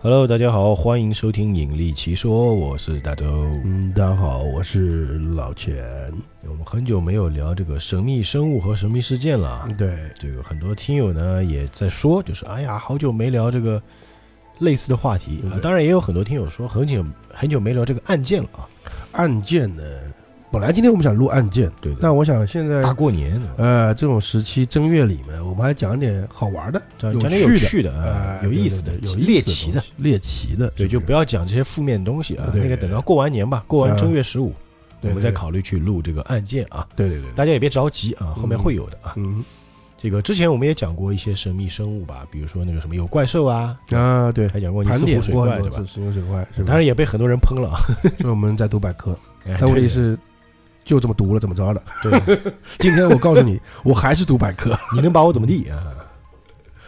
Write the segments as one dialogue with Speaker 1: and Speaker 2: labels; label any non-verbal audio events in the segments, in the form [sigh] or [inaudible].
Speaker 1: Hello，大家好，欢迎收听《引力奇说》，我是大周。
Speaker 2: 嗯，大家好，我是老钱。
Speaker 1: 我们很久没有聊这个神秘生物和神秘事件了，
Speaker 2: 对，
Speaker 1: 这个很多听友呢也在说，就是哎呀，好久没聊这个类似的话题。啊
Speaker 2: 对
Speaker 1: 当然，也有很多听友说很久很久没聊这个案件了啊。
Speaker 2: 案件呢，本来今天我们想录案件，
Speaker 1: 对的，
Speaker 2: 但我想现
Speaker 1: 大
Speaker 2: 在
Speaker 1: 过年
Speaker 2: 呃这种时期正月里面，我们还讲点好玩的，
Speaker 1: 讲
Speaker 2: 有
Speaker 1: 讲点有
Speaker 2: 趣的
Speaker 1: 趣的、啊
Speaker 2: 呃，
Speaker 1: 有
Speaker 2: 对
Speaker 1: 意
Speaker 2: 对
Speaker 1: 思的、
Speaker 2: 对有意
Speaker 1: 猎
Speaker 2: 思
Speaker 1: 奇
Speaker 2: 的
Speaker 1: 的
Speaker 2: 东。西，猎奇的，
Speaker 1: 对，就不
Speaker 2: 要
Speaker 1: 要讲这些负面的东西啊。
Speaker 2: 对
Speaker 1: 那个
Speaker 2: 对
Speaker 1: 等
Speaker 2: 对
Speaker 1: 到过完年吧，过完
Speaker 2: 啊
Speaker 1: 正月十五，我
Speaker 2: 对
Speaker 1: 们再
Speaker 2: 对
Speaker 1: 考虑去录这个案件啊。
Speaker 2: 对对对，
Speaker 1: 大家也别着急啊，后面
Speaker 2: 嗯
Speaker 1: 会有的啊。
Speaker 2: 嗯
Speaker 1: 这个之前我们也讲过一些神秘生物吧，比如说那个什么有怪兽啊，
Speaker 2: 啊对，
Speaker 1: 还讲过尼
Speaker 2: 盘
Speaker 1: 斯湖
Speaker 2: 点
Speaker 1: 水
Speaker 2: 过
Speaker 1: 怪
Speaker 2: 很
Speaker 1: 对
Speaker 2: 多
Speaker 1: 吧
Speaker 2: 次？石油水怪，是吧？
Speaker 1: 当然也被很多人喷了啊。
Speaker 2: 所以我们在读百科，
Speaker 1: 哎
Speaker 2: 但问题
Speaker 1: 对
Speaker 2: 是。就这么读了，怎么着的？
Speaker 1: 对，对
Speaker 2: [laughs] 今天我告诉你， [laughs] 我还是读
Speaker 1: [laughs]
Speaker 2: 百科。
Speaker 1: 你能把我怎么地啊？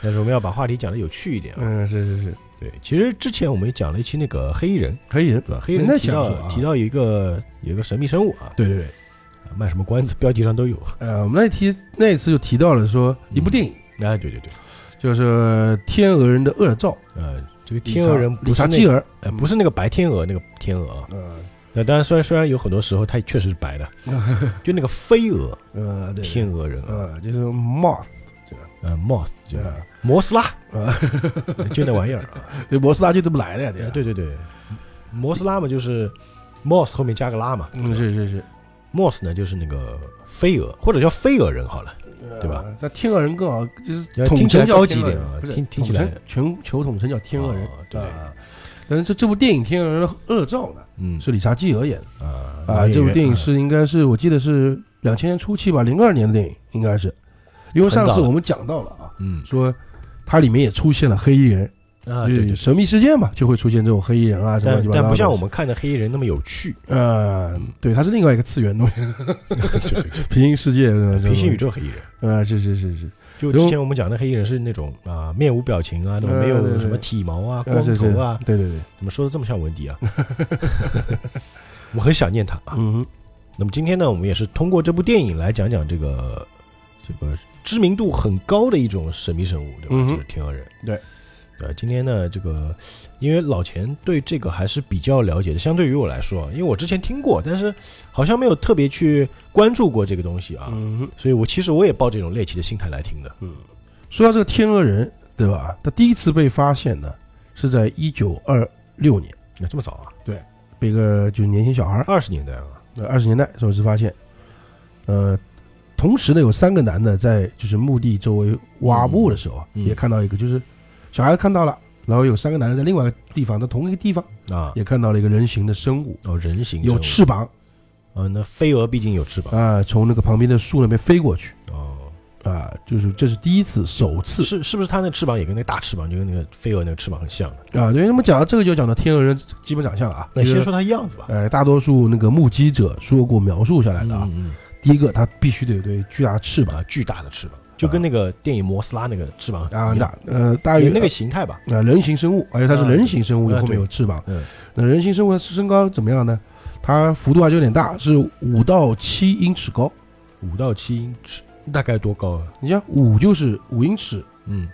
Speaker 1: 但是我们要把话题讲的有趣一点啊。
Speaker 2: 嗯，是是是，
Speaker 1: 对，其实之前我们也讲了一期那个黑衣人，
Speaker 2: 可以。
Speaker 1: 对吧？黑衣人
Speaker 2: 那
Speaker 1: 提到
Speaker 2: 讲座啊
Speaker 1: 提到有一个有一个神秘生物啊，
Speaker 2: 对对对，
Speaker 1: 啊卖什么关子，标题上都有。
Speaker 2: 呃，我们那一期那一次就提到了说一部电影，
Speaker 1: 哎，对对对，
Speaker 2: 就是《天鹅人的恶兆
Speaker 1: 呃，这个》，天鹅人
Speaker 2: 理
Speaker 1: 不是
Speaker 2: 查
Speaker 1: 那
Speaker 2: 基
Speaker 1: 个，
Speaker 2: 尔，
Speaker 1: 呃，不是那个白天鹅那个天鹅啊。
Speaker 2: 嗯，
Speaker 1: 那当然，虽然虽然有很多时候它确实是白
Speaker 2: [laughs]
Speaker 1: 的，就那个飞蛾，
Speaker 2: 呃，对，
Speaker 1: 天鹅人啊，
Speaker 2: 呃，就是 moth，
Speaker 1: 呃，moth 就
Speaker 2: 对啊
Speaker 1: 摩斯拉，
Speaker 2: 啊，
Speaker 1: [laughs] 就那玩意儿啊。
Speaker 2: [laughs] 对，啊摩斯拉就这么来的呀，
Speaker 1: 呃
Speaker 2: 吧，
Speaker 1: 对对对，摩斯拉嘛就是 moth 后面加个拉嘛，
Speaker 2: 嗯，是是是，
Speaker 1: moth 呢就是那个飞蛾，或者叫飞蛾人好了。对吧
Speaker 2: 呃？那天鹅人更好，就是
Speaker 1: 要
Speaker 2: 统
Speaker 1: 听起来
Speaker 2: 称叫
Speaker 1: 高级一
Speaker 2: 天鹅
Speaker 1: 点
Speaker 2: 人
Speaker 1: 啊
Speaker 2: 不是
Speaker 1: 听听起
Speaker 2: 统
Speaker 1: 来
Speaker 2: 称全球统称叫天鹅人
Speaker 1: 哦，对
Speaker 2: 啊但是这这部电影《天鹅人的恶兆》呢，
Speaker 1: 嗯
Speaker 2: 是理查基尔演的
Speaker 1: 啊
Speaker 2: 啊，这部电影
Speaker 1: 啊
Speaker 2: 是应该是我记得是两千年初期吧，零二年的电影应该是，因为
Speaker 1: 很
Speaker 2: 上
Speaker 1: 早
Speaker 2: 次
Speaker 1: 了
Speaker 2: 我们讲到了啊，
Speaker 1: 嗯
Speaker 2: 说它里面也出现了黑衣人，
Speaker 1: 啊对
Speaker 2: 就是
Speaker 1: 对，
Speaker 2: 神秘事件嘛，就会出现这种黑衣人啊什么
Speaker 1: 但
Speaker 2: 乱七八糟的
Speaker 1: 但不像我
Speaker 2: 东西
Speaker 1: 们看的黑衣人那么有
Speaker 2: [laughs]
Speaker 1: 趣，
Speaker 2: 呃，对，它是另外一个次
Speaker 1: [laughs]
Speaker 2: 元的东西，
Speaker 1: 对 [laughs] 对对，
Speaker 2: 平行世界，呃
Speaker 1: 平行宇
Speaker 2: 宙，
Speaker 1: 宙黑啊衣人。
Speaker 2: 呃，是是是是，
Speaker 1: 就之前我们讲的黑衣人是那种啊、面无表情啊，都没
Speaker 2: 呃对
Speaker 1: 有
Speaker 2: 对
Speaker 1: 什么体毛啊、
Speaker 2: 呃
Speaker 1: 光头啊，，
Speaker 2: 是是对对对，
Speaker 1: 怎么说的这么像文迪啊？ [laughs] 我很想念他啊。
Speaker 2: 嗯
Speaker 1: 那么今天呢，我们也是通过这部电影来讲讲这个这个知名度很高的一种神秘生物，对吧？
Speaker 2: 嗯哼
Speaker 1: 就是天鹅人。
Speaker 2: 对，
Speaker 1: 对。今天呢，这个因为老钱对这个还是比较了解的，相对于我来说，啊因为我之前听过，但是好像没有特别去关注过这个东西啊，
Speaker 2: 嗯，
Speaker 1: 所以我其实我也抱这种猎奇的心态来听的。
Speaker 2: 说到这个天鹅人，对吧？他第一次被发现呢，是在一九二六年，
Speaker 1: 那这么早啊？
Speaker 2: 被一个就是年轻小孩儿，呃
Speaker 1: 二十年代啊，
Speaker 2: 二十年代首次发现，呃。同时呢，有三个男的在就是墓地周围挖墓的时候，啊
Speaker 1: 嗯嗯
Speaker 2: 也看到一个，就是小孩看到了，然后有三个男的在另外一个地方，在同一个地方
Speaker 1: 啊，
Speaker 2: 也看到了一个人形的生物，
Speaker 1: 哦，人形
Speaker 2: 有
Speaker 1: 翅
Speaker 2: 翅膀
Speaker 1: 啊，那飞蛾毕竟有翅膀
Speaker 2: 啊，从那个旁边的树那边飞过去
Speaker 1: 哦，
Speaker 2: 啊，就是这是第一次首次
Speaker 1: 是是不是它那翅膀也跟那个大翅膀，就跟那个飞蛾那个翅膀很像的？
Speaker 2: 啊。对，那么讲到这个就讲到天鹅人基本长相了啊。
Speaker 1: 那
Speaker 2: 这
Speaker 1: 哎先
Speaker 2: 个
Speaker 1: 说它样子吧。
Speaker 2: 呃，大多数那个目击者说过描述下来的啊。
Speaker 1: 嗯
Speaker 2: 第一个，它必须得有对巨大的翅
Speaker 1: 嗯
Speaker 2: 膀
Speaker 1: 啊，巨大的翅膀，就跟那个电影摩斯拉那个翅膀
Speaker 2: 啊，
Speaker 1: 一样
Speaker 2: 大呃大
Speaker 1: 有
Speaker 2: 约
Speaker 1: 嗯那个形态吧？
Speaker 2: 啊人形生物，而且它是
Speaker 1: 啊
Speaker 2: 人形生物，
Speaker 1: 对
Speaker 2: 后面有翅膀。
Speaker 1: 嗯，
Speaker 2: 那人形生物它身高怎么样呢？它幅度还啊是有点大，是五到七英尺高。
Speaker 1: 五到七英尺，大概多高啊？
Speaker 2: 你像五就是五英尺，
Speaker 1: 嗯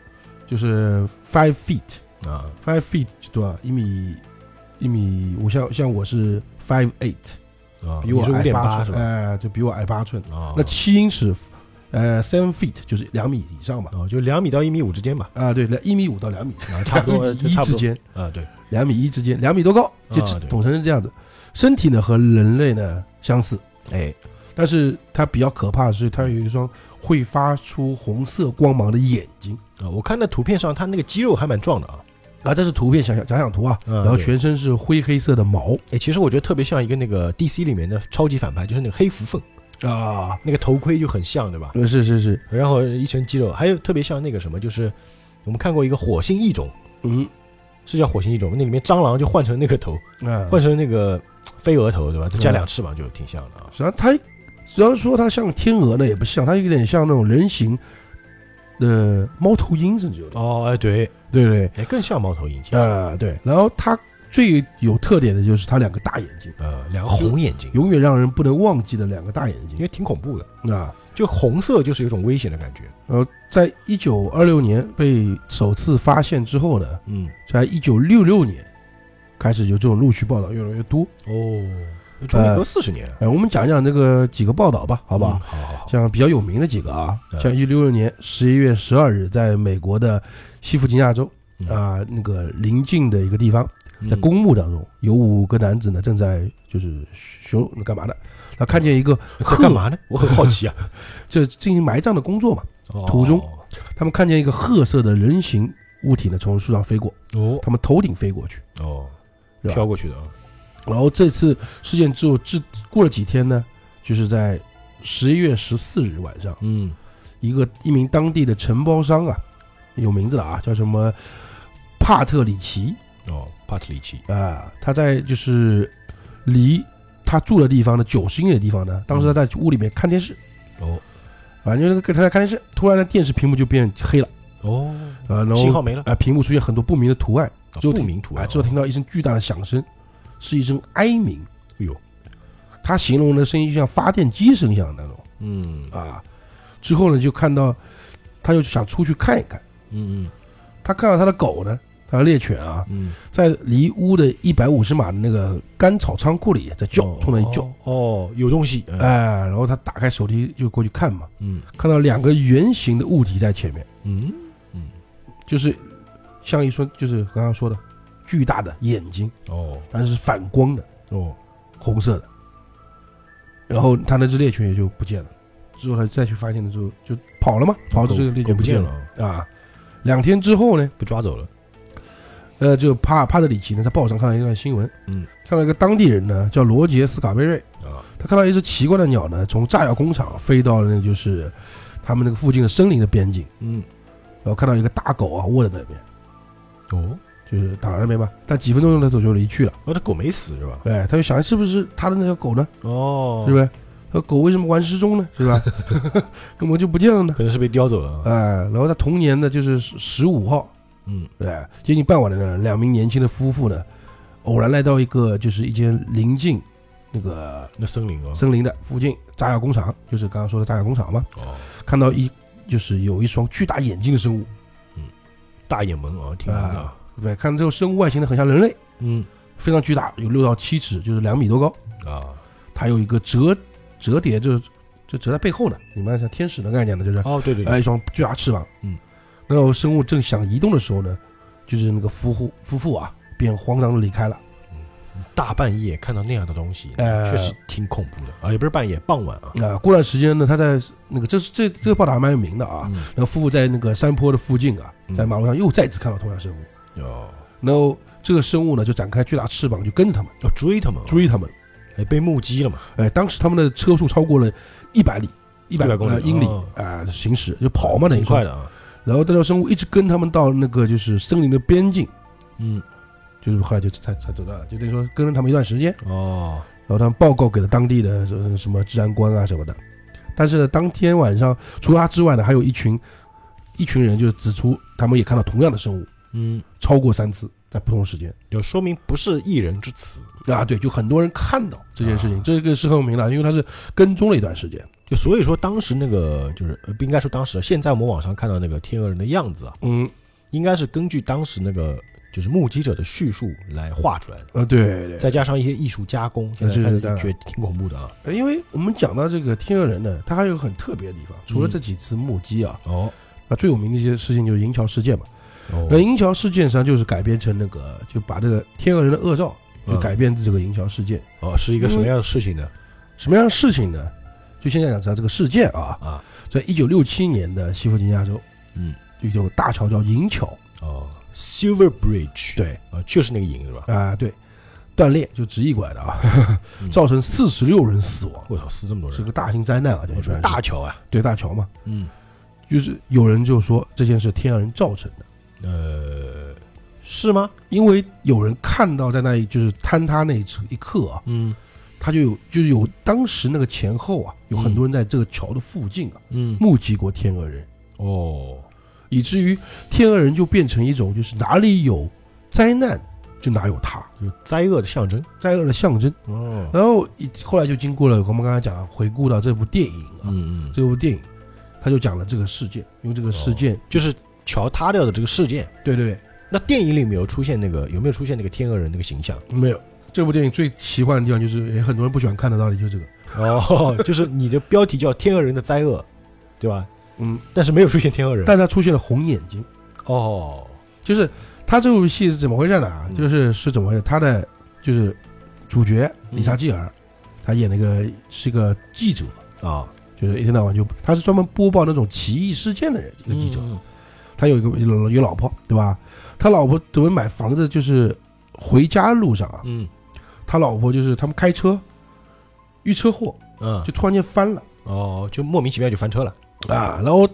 Speaker 2: 就是 five feet。
Speaker 1: 啊，
Speaker 2: five feet 就多少？一米一米，我像像我是 five eight，
Speaker 1: 啊
Speaker 2: 比我
Speaker 1: 你是五
Speaker 2: 矮
Speaker 1: 点
Speaker 2: 八
Speaker 1: 八是
Speaker 2: 寸，
Speaker 1: 吧？
Speaker 2: 哎、就比我矮八寸。
Speaker 1: 啊，
Speaker 2: 那七英尺，呃，seven feet 就是两米以上吧？
Speaker 1: 哦，就两米到一米五之间
Speaker 2: [laughs]
Speaker 1: 吧，
Speaker 2: 啊、对，两一米五到两米，
Speaker 1: 啊，差不多，
Speaker 2: 两米一
Speaker 1: 差不
Speaker 2: 之
Speaker 1: 多
Speaker 2: 间，
Speaker 1: 啊，对，
Speaker 2: 两米一之间，两米多高，就
Speaker 1: 啊对
Speaker 2: 统称是这样子。身体呢和人类呢相似，
Speaker 1: 哎，
Speaker 2: 但是它比较可怕的是，它有一双会发出红色光芒的眼睛
Speaker 1: 啊，我看那图片上它那个肌肉还蛮壮的啊，
Speaker 2: 啊，这是图片想想想想图啊，
Speaker 1: 嗯
Speaker 2: 然后
Speaker 1: 对
Speaker 2: 全身是灰黑色的毛
Speaker 1: 哎，其实我觉得特别像一个那个 DC 里面的超级反派，就是那个黑蝠凤，
Speaker 2: 啊，
Speaker 1: 那个头盔就很像，对吧？
Speaker 2: 呃是是是，
Speaker 1: 然后一身肌肉，还有特别像那个什么，就是我们看过一个火星异种，
Speaker 2: 嗯
Speaker 1: 是叫火星异种，那里面蟑螂就换成那个头，
Speaker 2: 啊，
Speaker 1: 换成那个飞蛾头，对吧？再加两翅膀就挺像的啊。
Speaker 2: 实际上它，只要说它像天鹅呢，也不像，它有点像那种人形的猫头鹰，甚至有点。
Speaker 1: 哦，哎，对，
Speaker 2: 对对，
Speaker 1: 哎，更像猫头鹰，其实
Speaker 2: 啊、对。然后它最有特点的就是它两个
Speaker 1: 嗯
Speaker 2: 大眼睛，
Speaker 1: 呃，两个红眼睛，
Speaker 2: 永远让人不能忘记的两个大眼
Speaker 1: 因
Speaker 2: 睛
Speaker 1: 为挺恐怖的，
Speaker 2: 啊，
Speaker 1: 就红色就是有一种危险的感觉。
Speaker 2: 呃，在一九二六年被首次发现之后呢，
Speaker 1: 嗯，
Speaker 2: 在一九六六年开始有这种陆续报道越来越多。
Speaker 1: 哦，中间隔四十年，
Speaker 2: 哎，我们讲讲那个几个报道吧，
Speaker 1: 好
Speaker 2: 好不好？
Speaker 1: 好好好，
Speaker 2: 像比较有名的几个啊，
Speaker 1: 对
Speaker 2: 像一六六年十一月十二日，在美国的西弗吉尼亚州
Speaker 1: 嗯
Speaker 2: 啊、那个邻近的一个地方，在
Speaker 1: 嗯
Speaker 2: 公墓当中，有五个男子呢正在就是寻干嘛呢？他看见一个
Speaker 1: 在干嘛呢？ [laughs] 我很好奇啊。
Speaker 2: 这进行埋葬的工作嘛，
Speaker 1: 哦
Speaker 2: 途中他们看见一个褐色的人形物体呢从树上飞过，
Speaker 1: 哦
Speaker 2: 他们头顶飞过去。
Speaker 1: 哦，
Speaker 2: 是吧
Speaker 1: 飘过去的啊。
Speaker 2: 然后这次事件之后，至过了几天呢，就是在十一月十四日晚上，
Speaker 1: 嗯
Speaker 2: 一个一名当地的承包商啊，有名字了啊，叫什么帕特里奇
Speaker 1: 哦，帕特里奇。
Speaker 2: 啊，他在就是离他住的地方的九十英里的地方呢，当时他在屋里面看电视，
Speaker 1: 哦
Speaker 2: 反正就是他在看电视，突然呢电视屏幕就变黑了，
Speaker 1: 哦，
Speaker 2: 呃，然后
Speaker 1: 信号没了，
Speaker 2: 呃屏幕出现很多不明的图案，
Speaker 1: 啊
Speaker 2: 就
Speaker 1: 不
Speaker 2: 挺
Speaker 1: 明图
Speaker 2: 啊，
Speaker 1: 案。
Speaker 2: 之后听到一声巨大的响声，是一声哀鸣，
Speaker 1: 哎呦，
Speaker 2: 他形容的声音就像发电机声响那种
Speaker 1: 嗯
Speaker 2: 啊，之后呢就看到他就想出去看一看。
Speaker 1: 嗯嗯
Speaker 2: 他看到他的狗呢，他的猎犬啊，
Speaker 1: 嗯，
Speaker 2: 在离屋的一百五十码的那个干草仓库里在叫
Speaker 1: 哦，
Speaker 2: 冲那里叫，
Speaker 1: 哦哦，有东西。哎，
Speaker 2: 哎，然后他打开手提就过去看嘛，
Speaker 1: 嗯
Speaker 2: 看到两个圆形的物体在前面，
Speaker 1: 嗯嗯，
Speaker 2: 就是像一双就是刚刚说的巨大的眼睛，
Speaker 1: 哦
Speaker 2: 但是反光的
Speaker 1: 哦，
Speaker 2: 红色的，然后他那只猎犬也就不见了，之后他再去发现的时候就跑了嘛，跑着这个猎
Speaker 1: 狗
Speaker 2: 犬
Speaker 1: 不
Speaker 2: 见
Speaker 1: 见了，啊，
Speaker 2: 了啊。两天之后呢，
Speaker 1: 被抓走了。
Speaker 2: 呃，就帕帕特里奇呢，在报上看到一段新闻，
Speaker 1: 嗯，
Speaker 2: 看到一个当地人呢，叫罗杰斯卡贝瑞，
Speaker 1: 啊，
Speaker 2: 他看到一只奇怪的鸟呢，从炸药工厂飞到了那个就是他们那个附近的森林的边境，
Speaker 1: 嗯
Speaker 2: 然后看到一个大狗啊卧在那边，
Speaker 1: 哦，
Speaker 2: 就是躺在那边吧，但几分钟呢，它就离去了，
Speaker 1: 哦，那狗没死是吧？
Speaker 2: 哎，他就想是不是他的那条狗呢，
Speaker 1: 哦
Speaker 2: 是不？是？他狗为什么玩失踪呢？是吧？ [laughs] 根本就不见了呢。
Speaker 1: 可能是被叼走了啊。
Speaker 2: 哎，然后他同年的就是十五号，
Speaker 1: 嗯
Speaker 2: 哎，接近傍晚的呢，两名年轻的夫妇呢，偶然来到一个就是一间临近那个
Speaker 1: 那森林啊，
Speaker 2: 森林的附近炸药工厂，就是刚刚说的炸药工厂嘛，
Speaker 1: 哦，
Speaker 2: 看到一就是有一双巨大眼睛的生物，
Speaker 1: 大眼门啊，挺难的啊。
Speaker 2: 对，看这个生物外形呢很像人类，
Speaker 1: 嗯
Speaker 2: 非常巨大，有六到七尺，就是两米多高，
Speaker 1: 啊，
Speaker 2: 它有一个折折叠，就是就折在背后的，你们像天使的概念呢，就是
Speaker 1: 哦，对对，对
Speaker 2: 哎一双巨大翅膀，
Speaker 1: 嗯，
Speaker 2: 然后生物正想移动的时候呢，就是那个夫妇夫妇啊便慌张的离开了，
Speaker 1: 大半夜看到那样的东西，
Speaker 2: 呃
Speaker 1: 确实挺恐怖的啊，也不是半夜，傍晚啊。
Speaker 2: 啊、过段时间呢，他在那个这是这这个报道还蛮有名的啊，
Speaker 1: 嗯，
Speaker 2: 然后夫妇在那个山坡的附近啊，
Speaker 1: 嗯
Speaker 2: 在马路上又再次看到同样生物，
Speaker 1: 哦，
Speaker 2: 然后这个生物呢就展开巨大翅膀就跟着他们
Speaker 1: 要追他们啊，
Speaker 2: 追他们，
Speaker 1: 哎，被目击了嘛？
Speaker 2: 哎，当时他们的车速超过了一百里，一百
Speaker 1: 100公里
Speaker 2: 英里
Speaker 1: 哦
Speaker 2: 啊、行驶就跑嘛等于
Speaker 1: 挺
Speaker 2: 说
Speaker 1: 快的啊。
Speaker 2: 然后这条生物一直跟他们到那个就是森林的边境，
Speaker 1: 嗯，
Speaker 2: 就是后来就才才走到了，就等于说跟了他们一段时间，
Speaker 1: 哦，
Speaker 2: 然后他们报告给了当地的呃什什么治安官啊什么的，但是呢，当天晚上除了他之外呢，还有一群一群人就是指出他们也看到同样的生物
Speaker 1: 嗯，
Speaker 2: 超过三次，在不同时间。
Speaker 1: 要说明不是一人之词，
Speaker 2: 啊，对，就很多人看到这件事情，
Speaker 1: 啊
Speaker 2: 这个是很有名的，因为他是跟踪了一段时间。
Speaker 1: 就所以说当时那个就是呃不应该说当时，现在我们网上看到那个天鹅人的样子啊，
Speaker 2: 嗯，
Speaker 1: 应该是根据当时那个就是目击者的叙述来画出来的，
Speaker 2: 呃，对对
Speaker 1: 再加上一些艺术加工，现
Speaker 2: 是
Speaker 1: 在看
Speaker 2: 是
Speaker 1: 着就觉得挺恐怖的啊。
Speaker 2: 对，因为我们讲到这个天鹅人呢，他还有个很特别的地方，除了这几次目击啊，
Speaker 1: 哦
Speaker 2: 那最有名的一些事情就是银桥事件嘛。那
Speaker 1: 哦，
Speaker 2: 银桥事件实际上就是改编成那个，就把这个天鹅人的恶兆就
Speaker 1: 嗯
Speaker 2: 改编自这个银桥事件。
Speaker 1: 哦，是一个什么样的事情呢？
Speaker 2: 什么样的事情呢？就现在讲讲这个事件啊，
Speaker 1: 啊，
Speaker 2: 在一九六七年的西弗吉尼亚州，
Speaker 1: 嗯，
Speaker 2: 有一座大桥叫银桥，
Speaker 1: 哦，Silver Bridge，
Speaker 2: 对
Speaker 1: 啊，就是那个营是吧？
Speaker 2: 啊、对，断裂就直译过来的啊，
Speaker 1: 嗯
Speaker 2: 造成四十六人死亡。
Speaker 1: 我操，死这么多
Speaker 2: 是
Speaker 1: 人，
Speaker 2: 个大型灾难啊，
Speaker 1: 我
Speaker 2: 就是
Speaker 1: 说大桥啊，
Speaker 2: 对大桥嘛，
Speaker 1: 嗯，
Speaker 2: 就是有人就说这件事天然造成的，
Speaker 1: 呃，是吗？
Speaker 2: 因为有人看到在那里就是坍塌那一次一刻啊，
Speaker 1: 嗯
Speaker 2: 他就有就是有当时那个前后啊，有很多人在这个桥的附近啊
Speaker 1: 嗯，
Speaker 2: 目击过天鹅人，
Speaker 1: 哦，
Speaker 2: 以至于天鹅人就变成一种就是哪里有灾难就哪有它，
Speaker 1: 就灾厄的象征。
Speaker 2: 灾厄的象征。
Speaker 1: 哦，
Speaker 2: 然后一后来就经过了我们刚才讲了，回顾到这部电影啊，
Speaker 1: 嗯嗯，
Speaker 2: 这部电影，他就讲了这个事件，用这个事件，
Speaker 1: 就是桥塌掉的这个事件。
Speaker 2: 对对对，
Speaker 1: 那电影里面有出现那个有没有出现那个天鹅人那个形象？
Speaker 2: 没有。这部电影最奇幻的地方就是，也很多人不喜欢看的道理就是这个，
Speaker 1: 哦，就是你的标题叫《天鹅人的灾厄》，对吧？
Speaker 2: 嗯，
Speaker 1: 但是没有出现天鹅人。
Speaker 2: 但他出现了红眼睛，
Speaker 1: 哦，
Speaker 2: 就是他这部戏是怎么回事呢？啊
Speaker 1: 嗯
Speaker 2: 就是是怎么回事？他的就是主角
Speaker 1: 嗯
Speaker 2: 理查基尔，他演那个是个记者，
Speaker 1: 啊，
Speaker 2: 就是一天到晚就他是专门播报那种奇异事件的人，一个记者。
Speaker 1: 嗯
Speaker 2: 他有一个有有老婆，对吧？他老婆准备买房子，就是回家的路上啊，
Speaker 1: 嗯
Speaker 2: 他老婆就是他们开车遇车祸，
Speaker 1: 嗯
Speaker 2: 就突然间翻了
Speaker 1: 哦，就莫名其妙就翻车了。
Speaker 2: 啊。然后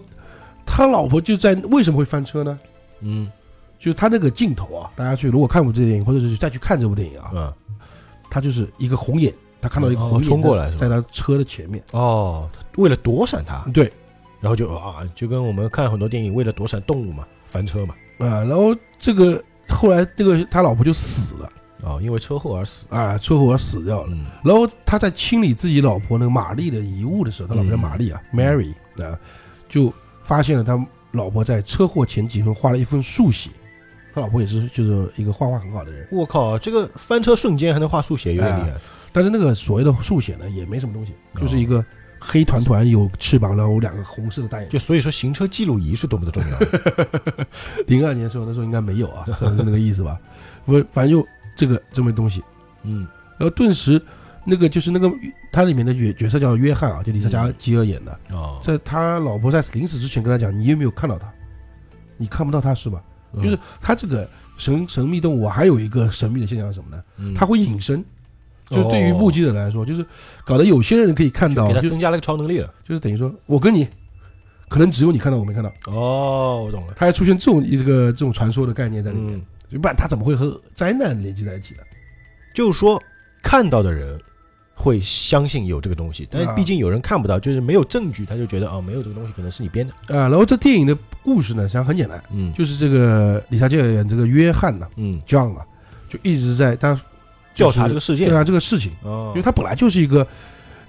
Speaker 2: 他老婆就在为什么会翻车呢？
Speaker 1: 嗯
Speaker 2: 就是他那个镜头啊，大家去如果看过这部电影，或者是再去看这部电影啊，
Speaker 1: 啊，
Speaker 2: 他就是一个红眼，他看到一个红
Speaker 1: 哦
Speaker 2: 眼
Speaker 1: 冲过来是吧
Speaker 2: 在他车的前面，
Speaker 1: 哦，他为了躲闪他，
Speaker 2: 对
Speaker 1: 然后就啊，就跟我们看很多电影为了躲闪动物嘛，翻车嘛，
Speaker 2: 啊。然后这个后来那个他老婆就死了
Speaker 1: 哦，因为车祸而死。
Speaker 2: 啊，车祸死掉了。
Speaker 1: 嗯
Speaker 2: 然后他在清理自己老婆那个玛丽的遗物的时候，他老婆叫
Speaker 1: 嗯
Speaker 2: 玛丽啊、
Speaker 1: 嗯
Speaker 2: m a r y 啊，就发现了他老婆在车祸前几分画了一份速写。他老婆也是就是一个画画很好的人，
Speaker 1: 我靠，这个翻车瞬间还能画速写，有点厉害。
Speaker 2: 但是那个所谓的速写呢，也没什么东西，
Speaker 1: 哦
Speaker 2: 就是一个黑团团有翅膀，然后有两个红色的大眼睛。
Speaker 1: 就所以说，行车记录仪是多么的重 [laughs] 要。
Speaker 2: 零二年的时候，那时候应该没
Speaker 1: [laughs]
Speaker 2: 有啊，可能是那个意思吧。不，反正就这个这么东西。
Speaker 1: 嗯
Speaker 2: 然后顿时，那个就是那个他里面的角角色叫约翰啊，就理
Speaker 1: 嗯
Speaker 2: 查加基尔演的，
Speaker 1: 哦，
Speaker 2: 在他老婆在临死之前跟他讲：“你有没有看到他？你看不到他是吧？”
Speaker 1: 嗯
Speaker 2: 就是他这个神神秘动物还有一个神秘的现象是什么呢？
Speaker 1: 嗯
Speaker 2: 它会隐身，就是对于目击者来说，就是搞得有些人可以看
Speaker 1: 哦
Speaker 2: 到
Speaker 1: 给，他
Speaker 2: 就
Speaker 1: 增加了个超能力了。
Speaker 2: 就是等于说我跟你，可能只有你
Speaker 1: 嗯
Speaker 2: 看到我没看到，
Speaker 1: 哦，我懂了。
Speaker 2: 它还出现这种一这个这种传说的概念在里面，
Speaker 1: 嗯，
Speaker 2: 要不然它怎么会和灾难联系在一起呢？
Speaker 1: 就是说看到的人会相信有这个东西，但是
Speaker 2: 啊
Speaker 1: 毕竟有人看不到，就是没有证据，他就觉得哦，没有这个东西，可能是你编的。
Speaker 2: 啊，然后这电影的故事呢，实际上很简单，
Speaker 1: 嗯
Speaker 2: 就是这个理查基尔演这个约翰呢、
Speaker 1: 嗯，
Speaker 2: John 啊，就一直在他
Speaker 1: 调查这
Speaker 2: 个
Speaker 1: 个事件
Speaker 2: 调。啊查这个事情。
Speaker 1: 哦
Speaker 2: 因为他本来就是一个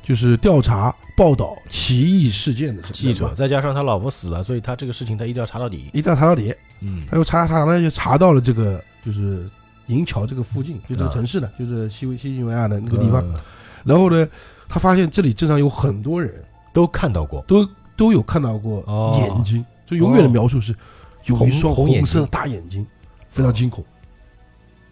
Speaker 2: 就是调查报道奇异事件的
Speaker 1: 记者，
Speaker 2: 嘛，
Speaker 1: 再加上他老婆死了，所以他这个事情他一定要查到底。
Speaker 2: 一定要查到底，
Speaker 1: 嗯
Speaker 2: 他又查查呢，就查到了这个就是银桥这个附近，就这个
Speaker 1: 啊
Speaker 2: 城市呢，就是西维西西维亚的那个地方。
Speaker 1: 呃
Speaker 2: 然后呢，他发现这里镇上有很多人
Speaker 1: 都看到过。
Speaker 2: 都都有看到过
Speaker 1: 哦
Speaker 2: 眼睛，就永远的描述是有一
Speaker 1: 红
Speaker 2: 双
Speaker 1: 红眼
Speaker 2: 红色的
Speaker 1: 睛
Speaker 2: 大眼睛，非常惊恐。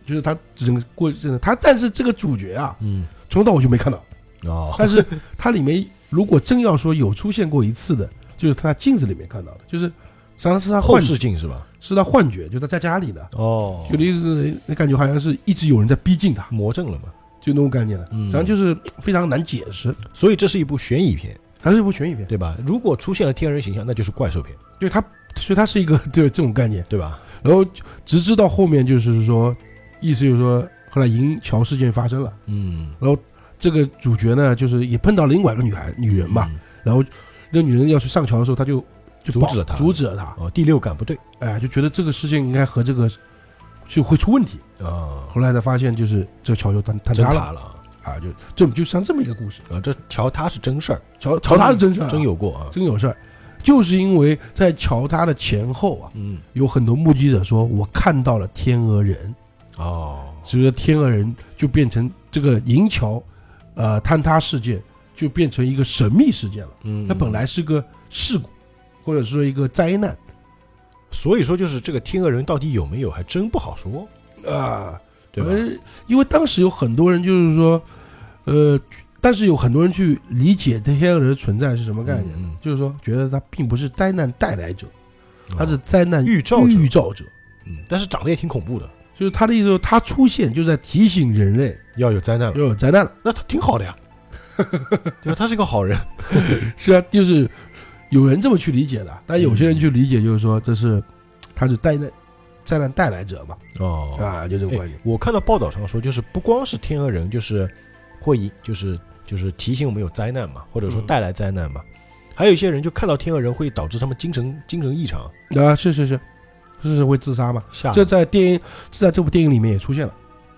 Speaker 2: 就是他整个过真的他，但是这个主角啊，
Speaker 1: 嗯
Speaker 2: 从头到尾就没看到。
Speaker 1: 哦，
Speaker 2: [laughs] 但是它里面如果真要说有出现过一次的，就是他在镜子里面看到的，就是实际上是他
Speaker 1: 后
Speaker 2: 幻
Speaker 1: 视镜是吧？
Speaker 2: 是他幻觉，就他在家里的，
Speaker 1: 哦
Speaker 2: 有，的意思感觉好像是一直有人在逼近他，
Speaker 1: 魔怔了嘛。
Speaker 2: 就那种概念了。
Speaker 1: 嗯
Speaker 2: 实际上就是非常难解释，
Speaker 1: 所以这是一部悬疑片，
Speaker 2: 它是一部悬疑片，
Speaker 1: 对吧？如果出现了天人形象，那就是怪兽片，
Speaker 2: 对它，所以它是一个 [laughs] 对这种概念。
Speaker 1: 对吧？
Speaker 2: 然后直至到后面就是说，意思就是说，后来银桥事件发生了，
Speaker 1: 嗯，
Speaker 2: 然后这个主角呢，就是也碰到另外一个女孩女人嘛，
Speaker 1: 嗯？
Speaker 2: 然后那女人要去上桥的时候，他就就
Speaker 1: 阻
Speaker 2: 保
Speaker 1: 止了她
Speaker 2: 阻止了她，
Speaker 1: 哦，第六感不对
Speaker 2: 哎，就觉得这个事情应该和这个就会出问题。
Speaker 1: 啊，
Speaker 2: 后来才发现，就是这个桥就坍坍
Speaker 1: 真
Speaker 2: 塌
Speaker 1: 塌
Speaker 2: 了
Speaker 1: 了啊！
Speaker 2: 啊，就这就像这么一个故事。
Speaker 1: 啊，这桥塌是真事儿，
Speaker 2: 桥桥塌是真事儿啊、
Speaker 1: 真有过啊。
Speaker 2: 真有事儿，就是因为在桥塌的前后啊，
Speaker 1: 嗯，
Speaker 2: 有很多目击者说我看到了天鹅人，
Speaker 1: 哦，
Speaker 2: 所以说天鹅人就变成这个银桥，呃，坍塌事件就变成一个神秘事件了。
Speaker 1: 嗯
Speaker 2: 它本来是个事故，或者说一个灾难。
Speaker 1: 所以说就是这个天鹅人到底有没有，还真不好说，
Speaker 2: 啊，
Speaker 1: 对吧？
Speaker 2: 呃因为当时有很多人就是说，呃，但是有很多人去理解天鹅人的存在是什么概念，
Speaker 1: 嗯嗯
Speaker 2: 就是说觉得他并不是灾难带来者，他是
Speaker 1: 哦
Speaker 2: 灾难
Speaker 1: 预兆者
Speaker 2: 啊预兆者。
Speaker 1: 嗯，但是长得也挺恐怖的，
Speaker 2: 就是他的意思说，他出现就是在提醒人类
Speaker 1: 要有灾难
Speaker 2: 要有灾难了。
Speaker 1: 那他挺好的
Speaker 2: [laughs]
Speaker 1: 呀，对吧？他是个好人，
Speaker 2: 是啊，就是有人这么去理解的，但有些人去理解就是说这是他是灾难灾难带来者嘛，
Speaker 1: 哦
Speaker 2: 啊，就这个观点。
Speaker 1: 我看到报道上说，就是不光是天鹅人，就是会引，就是就是提醒我们有灾难嘛，或者说
Speaker 2: 嗯
Speaker 1: 带来灾难嘛。还有一些人就看到天鹅人会导致他们精神精神异常，
Speaker 2: 啊，是是是，就是会自杀嘛。
Speaker 1: 吓
Speaker 2: 这在电影，这在这部电影里面也出现了，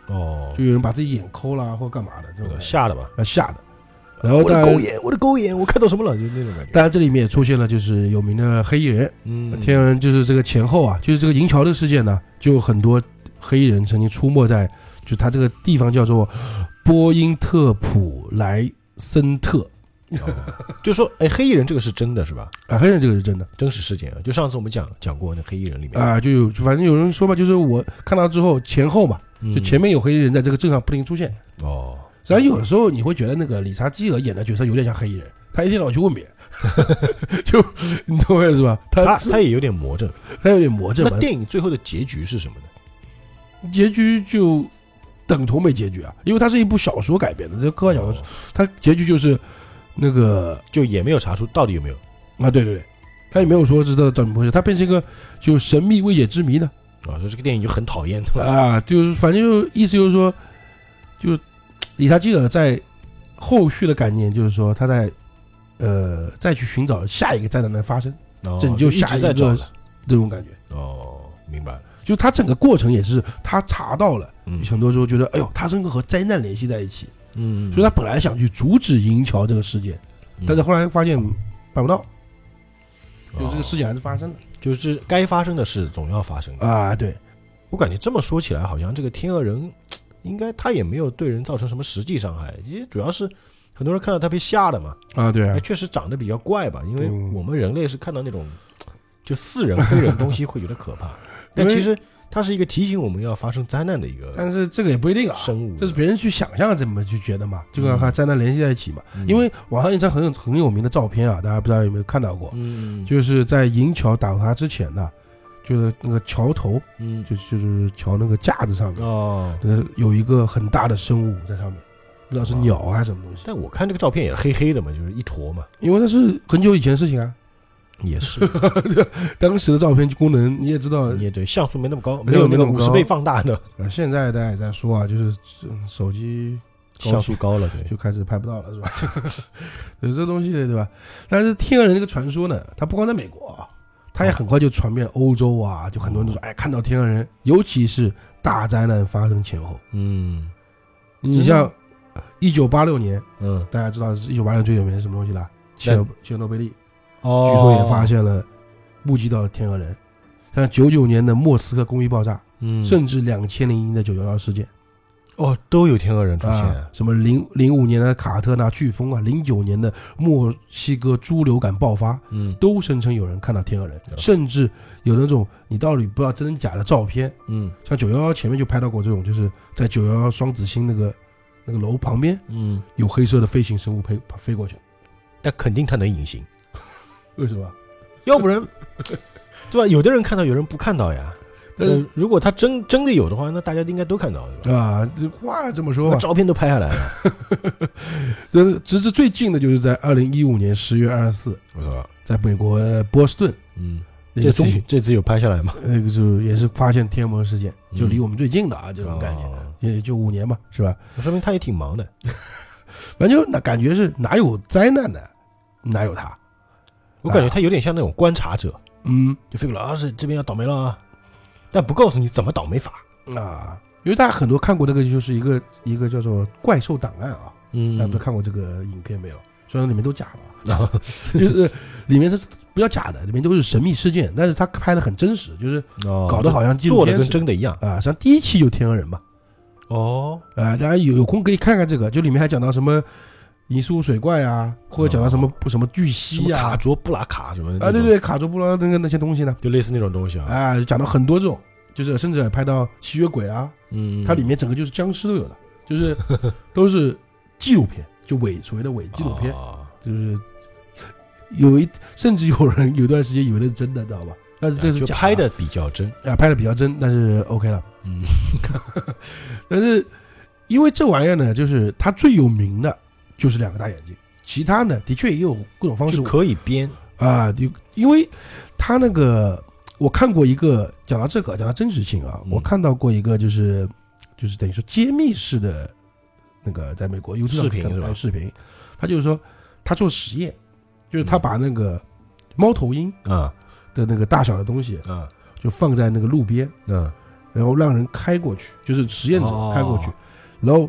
Speaker 1: 哦，
Speaker 2: 就有人把自己眼抠啦或干嘛的
Speaker 1: 这
Speaker 2: 这种
Speaker 1: 个
Speaker 2: 感觉
Speaker 1: 吓的吧？
Speaker 2: 呃吓的。然后
Speaker 1: 我
Speaker 2: 当
Speaker 1: 的狗
Speaker 2: 然，
Speaker 1: 眼，我的狗眼，我看到什么了？就那种感觉。
Speaker 2: 当然这里面也出现了就是有名的黑衣人，
Speaker 1: 嗯，
Speaker 2: 天人就是这个前后啊，就是这个银桥这个事件呢，就有很多黑衣人曾经出没在，就他这个地方叫做波因特普莱森特
Speaker 1: 哦就说，哎，黑衣人这个是真的是吧？
Speaker 2: 啊，黑人这个是真的
Speaker 1: 真实事件啊，就上次我们讲讲过那黑衣人里面，
Speaker 2: 啊，就有反正有人说嘛，就是我看到之后前后嘛，
Speaker 1: 嗯
Speaker 2: 就前面有黑衣人在这个镇上不停出现，
Speaker 1: 哦，
Speaker 2: 然后有的时候你会觉得那个理查基尔演的角色有点像黑衣人，他一天到晚去问别人， [laughs] 就你懂我意思吧？他
Speaker 1: 他
Speaker 2: 是
Speaker 1: 他也有点魔怔。
Speaker 2: 他有点魔怔
Speaker 1: 那
Speaker 2: 嘛，
Speaker 1: 电影最后的结局是什么呢？
Speaker 2: 结局就等同没结局啊，因为它是一部小说改编的，这科幻小说
Speaker 1: 哦，
Speaker 2: 它结局就是那个
Speaker 1: 就也没有查出到底有没有。
Speaker 2: 啊，对对对，他也没有说知道怎么回事，他变成一个就神秘未解之谜呢
Speaker 1: 啊，说这个电影就很讨厌，对吧？
Speaker 2: 啊，就是反正就意思就是说，就理查基尔在后续的概念就是说他在呃再去寻找下一个灾难的发生
Speaker 1: 哦
Speaker 2: 拯救
Speaker 1: 一
Speaker 2: 下
Speaker 1: 直
Speaker 2: 一
Speaker 1: 在找
Speaker 2: 个
Speaker 1: 的。
Speaker 2: 这种感觉，
Speaker 1: 哦，明白了。
Speaker 2: 就他整个过程也是他查到了，
Speaker 1: 嗯
Speaker 2: 很多时候觉得哎呦，他这个和灾难联系在一起。
Speaker 1: 嗯，
Speaker 2: 所以他本来想去阻止银桥这个事件，
Speaker 1: 嗯
Speaker 2: 但是后来发现办不到，就这个
Speaker 1: 哦
Speaker 2: 事情还是发生了
Speaker 1: 就是该发生的事总要发生的。
Speaker 2: 啊。对，
Speaker 1: 我感觉这么说起来，好像这个天鹅人，应该他也没有对人造成什么实际伤害，也主要是很多人看到他被吓的嘛，
Speaker 2: 啊对
Speaker 1: 哎，确实长得比较怪吧，因为
Speaker 2: 嗯
Speaker 1: 我们人类是看到那种就似人非人东西会觉得可怕，但
Speaker 2: 因为
Speaker 1: 其实它是一个提醒我们要发生灾难的一个
Speaker 2: 但是这个也不一定啊，
Speaker 1: 生物，
Speaker 2: 这是别人去想象怎么去觉得嘛，就跟
Speaker 1: 嗯
Speaker 2: 和灾难联系在一起嘛。
Speaker 1: 嗯
Speaker 2: 因为网上一张很有很有名的照片啊，大家不知道有没有看到过，
Speaker 1: 嗯，
Speaker 2: 就是在银桥倒塌之前呢，就是那个桥头，
Speaker 1: 嗯
Speaker 2: 就就是桥那个架子上面，
Speaker 1: 哦，
Speaker 2: 呃，有一个很大的生物在上面，不知道是
Speaker 1: 哇
Speaker 2: 鸟还是什么东西，
Speaker 1: 但我看这个照片也是黑黑的嘛，就是一坨嘛，
Speaker 2: 因为那是很久以前的事情啊，
Speaker 1: 也
Speaker 2: [laughs]
Speaker 1: 是，
Speaker 2: 当时的照片功能你也知道，
Speaker 1: 也对，像素没那么高，
Speaker 2: 没
Speaker 1: 没
Speaker 2: 有
Speaker 1: 有那
Speaker 2: 那
Speaker 1: 个
Speaker 2: 么
Speaker 1: 五
Speaker 2: 高
Speaker 1: 十倍放大的
Speaker 2: 呃，现在大家也在说啊，就是嗯手机高
Speaker 1: 像素高了，对，
Speaker 2: 就开始拍不到了，是吧？ [laughs] 有这东西的，对吧？但是天鹅人这个传说呢，它不光在美国啊，它也很快就传遍欧洲啊，就很多人都说，哎，看到天鹅人，尤其是大灾难发生前后，
Speaker 1: 嗯
Speaker 2: 你像一九八六年，
Speaker 1: 嗯，
Speaker 2: 大家知道一九八六最有名是什么东西了？切尔切尔诺贝利，据
Speaker 1: 哦，
Speaker 2: 说也发，现了目击到天鹅人。像九九年的莫斯科公寓爆炸，
Speaker 1: 嗯，
Speaker 2: 甚至两千零一的九幺幺事件。
Speaker 1: 哦都有天鹅人出现
Speaker 2: 啊，，什么零零五年的卡特纳飓风啊，零九年的墨西哥猪流感爆发，
Speaker 1: 嗯
Speaker 2: 都声称有人看到天鹅人，
Speaker 1: 嗯
Speaker 2: 甚至有那种你到底不知道真假的照片，
Speaker 1: 嗯
Speaker 2: 像九幺幺前面就拍到过这种，就是在九幺幺双子星那个那个楼旁边
Speaker 1: 嗯，
Speaker 2: 有黑色的飞行生物飞飞过去，
Speaker 1: 那肯定它能隐形，
Speaker 2: 为什么？
Speaker 1: 要不
Speaker 2: [laughs]
Speaker 1: 然，对吧？有的人看到，有人不看到呀。
Speaker 2: 但
Speaker 1: 呃
Speaker 2: 是，
Speaker 1: 如果他真真的有的话，那大家应该都看到，对吧？
Speaker 2: 啊，这话这么说
Speaker 1: 把
Speaker 2: 吧，
Speaker 1: 照片都拍下来
Speaker 2: [laughs]
Speaker 1: 了。
Speaker 2: 但是直至最近的就是在二零一五年十月二十四，
Speaker 1: 我操，
Speaker 2: 在美国呃波士顿
Speaker 1: 嗯，
Speaker 2: 那
Speaker 1: 这
Speaker 2: 个
Speaker 1: 次
Speaker 2: 中
Speaker 1: 这次有拍下来吗？
Speaker 2: 那个就也是发现天魔事件，就离
Speaker 1: 嗯
Speaker 2: 我们最近的 [laughs] 啊，这种概念，
Speaker 1: 哦
Speaker 2: 也就五年嘛，是吧？
Speaker 1: 说明他也挺忙的。
Speaker 2: 反正就那感觉是哪有灾难呢，哪有他，
Speaker 1: 我
Speaker 2: 啊
Speaker 1: 感觉他有点像那种观察者，
Speaker 2: 嗯
Speaker 1: 就飞过来啊，是这边要倒霉了啊，但不告诉你怎么倒霉法。
Speaker 2: 啊，因为大家很多看过那个就是一个一个叫做《怪兽档案》啊，
Speaker 1: 嗯
Speaker 2: 大家不是看过这个影片没有？虽然里面都假的啊， [laughs] 就是里面它不叫假的，里面都是神秘事件，但是他拍的很真实，就是搞
Speaker 1: 搞
Speaker 2: 得好像纪录
Speaker 1: 哦做的
Speaker 2: 片
Speaker 1: 跟
Speaker 2: 似的
Speaker 1: 真的一样。
Speaker 2: 啊，像第一期就天鹅人嘛，
Speaker 1: 哦，
Speaker 2: 啊，大家有有空可以看看这个，就里面还讲到什么银树水怪啊，或者讲到什么、什么巨
Speaker 1: 哦什
Speaker 2: 蜥
Speaker 1: 么
Speaker 2: 啊
Speaker 1: 卡，卓布拉卡什么的
Speaker 2: 啊，对，对，卡卓布拉那个那些东西呢，
Speaker 1: 就类似那种东西啊。
Speaker 2: 啊，讲到很多这种，就是甚至还拍到吸血鬼啊，
Speaker 1: 嗯，
Speaker 2: 它里面整个就是僵尸都有的，就是
Speaker 1: [laughs]
Speaker 2: 都是纪录片，就伪所谓的伪纪录片，
Speaker 1: 啊
Speaker 2: 就是有一甚至有人有一段时间以为那是真的，知道吧？但是这是
Speaker 1: 啊就
Speaker 2: 假
Speaker 1: 拍的比较真。
Speaker 2: 啊，拍的比较真，但是 OK 了。
Speaker 1: 嗯
Speaker 2: [laughs] 但是因为这玩意儿呢，就是它最有名的就是两个大眼睛，其他呢的确也有各种方式
Speaker 1: 就可以编。
Speaker 2: 啊，就因为它那个我看过一个讲到这个讲到真实性啊，
Speaker 1: 嗯
Speaker 2: 我看到过一个就是就是等于说揭秘式的那个在美国 YouTube 上
Speaker 1: 视频
Speaker 2: 看
Speaker 1: 是吧
Speaker 2: 哎视频，他就是说他做实
Speaker 1: 嗯
Speaker 2: 验，就是他把那个猫头鹰
Speaker 1: 啊
Speaker 2: 的那个大小的东西
Speaker 1: 啊，
Speaker 2: 就放在那个路边，
Speaker 1: 嗯，
Speaker 2: 然后让人开过去，就是实验者
Speaker 1: 哦
Speaker 2: 开过去，然后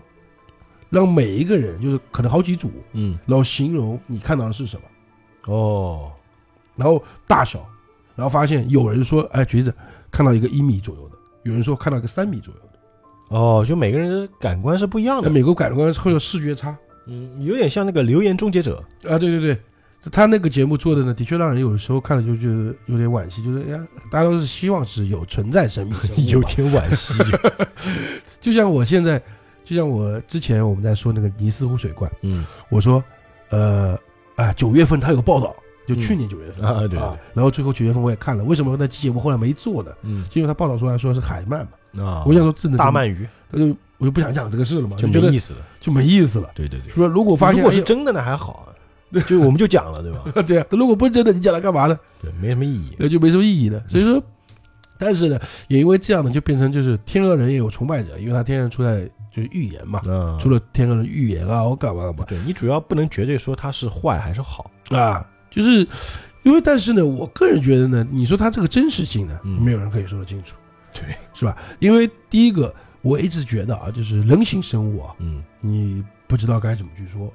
Speaker 2: 让每一个人，就是可能好几组，
Speaker 1: 嗯，
Speaker 2: 然后形容你看到的是什么，
Speaker 1: 哦，
Speaker 2: 然后大小，然后发现有人说，哎，橘子看到一个一米左右的，有人说看到一个三米左右的，
Speaker 1: 哦，就每个人的感官是不一样
Speaker 2: 那
Speaker 1: 的，
Speaker 2: 美国感官会有视觉差
Speaker 1: 嗯，有点像那个留言终结者，
Speaker 2: 啊，对对对。他那个节目做的呢，的确让人有时候看了就觉得有点惋惜，就是哎呀，大家都是希望是有存在神秘生物
Speaker 1: [laughs]
Speaker 2: 嘛，
Speaker 1: 有点惋惜，
Speaker 2: 就像我现在，就像我之前我们在说那个尼斯湖水怪，
Speaker 1: 嗯，
Speaker 2: 我说，呃啊，九月份它有个报道，就去年九月份、
Speaker 1: 嗯啊对对
Speaker 2: 然后最后九月份我也看了，为什么那期节目后来没做呢？
Speaker 1: 嗯
Speaker 2: 就因为他报道出来说是海鳗嘛，
Speaker 1: 啊，
Speaker 2: 我想说真的
Speaker 1: 大，鳗鱼
Speaker 2: 他就我就不想讲这个事了嘛，
Speaker 1: 就
Speaker 2: 觉
Speaker 1: 没
Speaker 2: 得
Speaker 1: 意思了，
Speaker 2: 就没意思了。
Speaker 1: 对对对，
Speaker 2: 说如果发现
Speaker 1: 如果是
Speaker 2: 哎
Speaker 1: 真的那还好，啊就我们就讲了，对吧？
Speaker 2: 呦对啊，如果不是真的，你讲它干嘛呢？
Speaker 1: 对，没什么意
Speaker 2: [laughs]
Speaker 1: 义，
Speaker 2: 那就没什么意义了。所以说，但是呢，也因为这样呢，就变成就是天鹅人也有崇拜者，因为他天鹅人出在就是预言嘛，
Speaker 1: 嗯，
Speaker 2: 除了天鹅人预言啊，我干嘛干嘛，
Speaker 1: 对你主要不能绝对说它是坏还是好，
Speaker 2: 啊，就是因为，但是呢，我个人觉得呢，你说它这个真实性呢，
Speaker 1: 嗯
Speaker 2: 没有人可以说得清楚，
Speaker 1: 对，
Speaker 2: 是吧？因为第一个，我一直觉得啊，就是人形生物啊，
Speaker 1: 嗯
Speaker 2: 你不知道该怎么去说，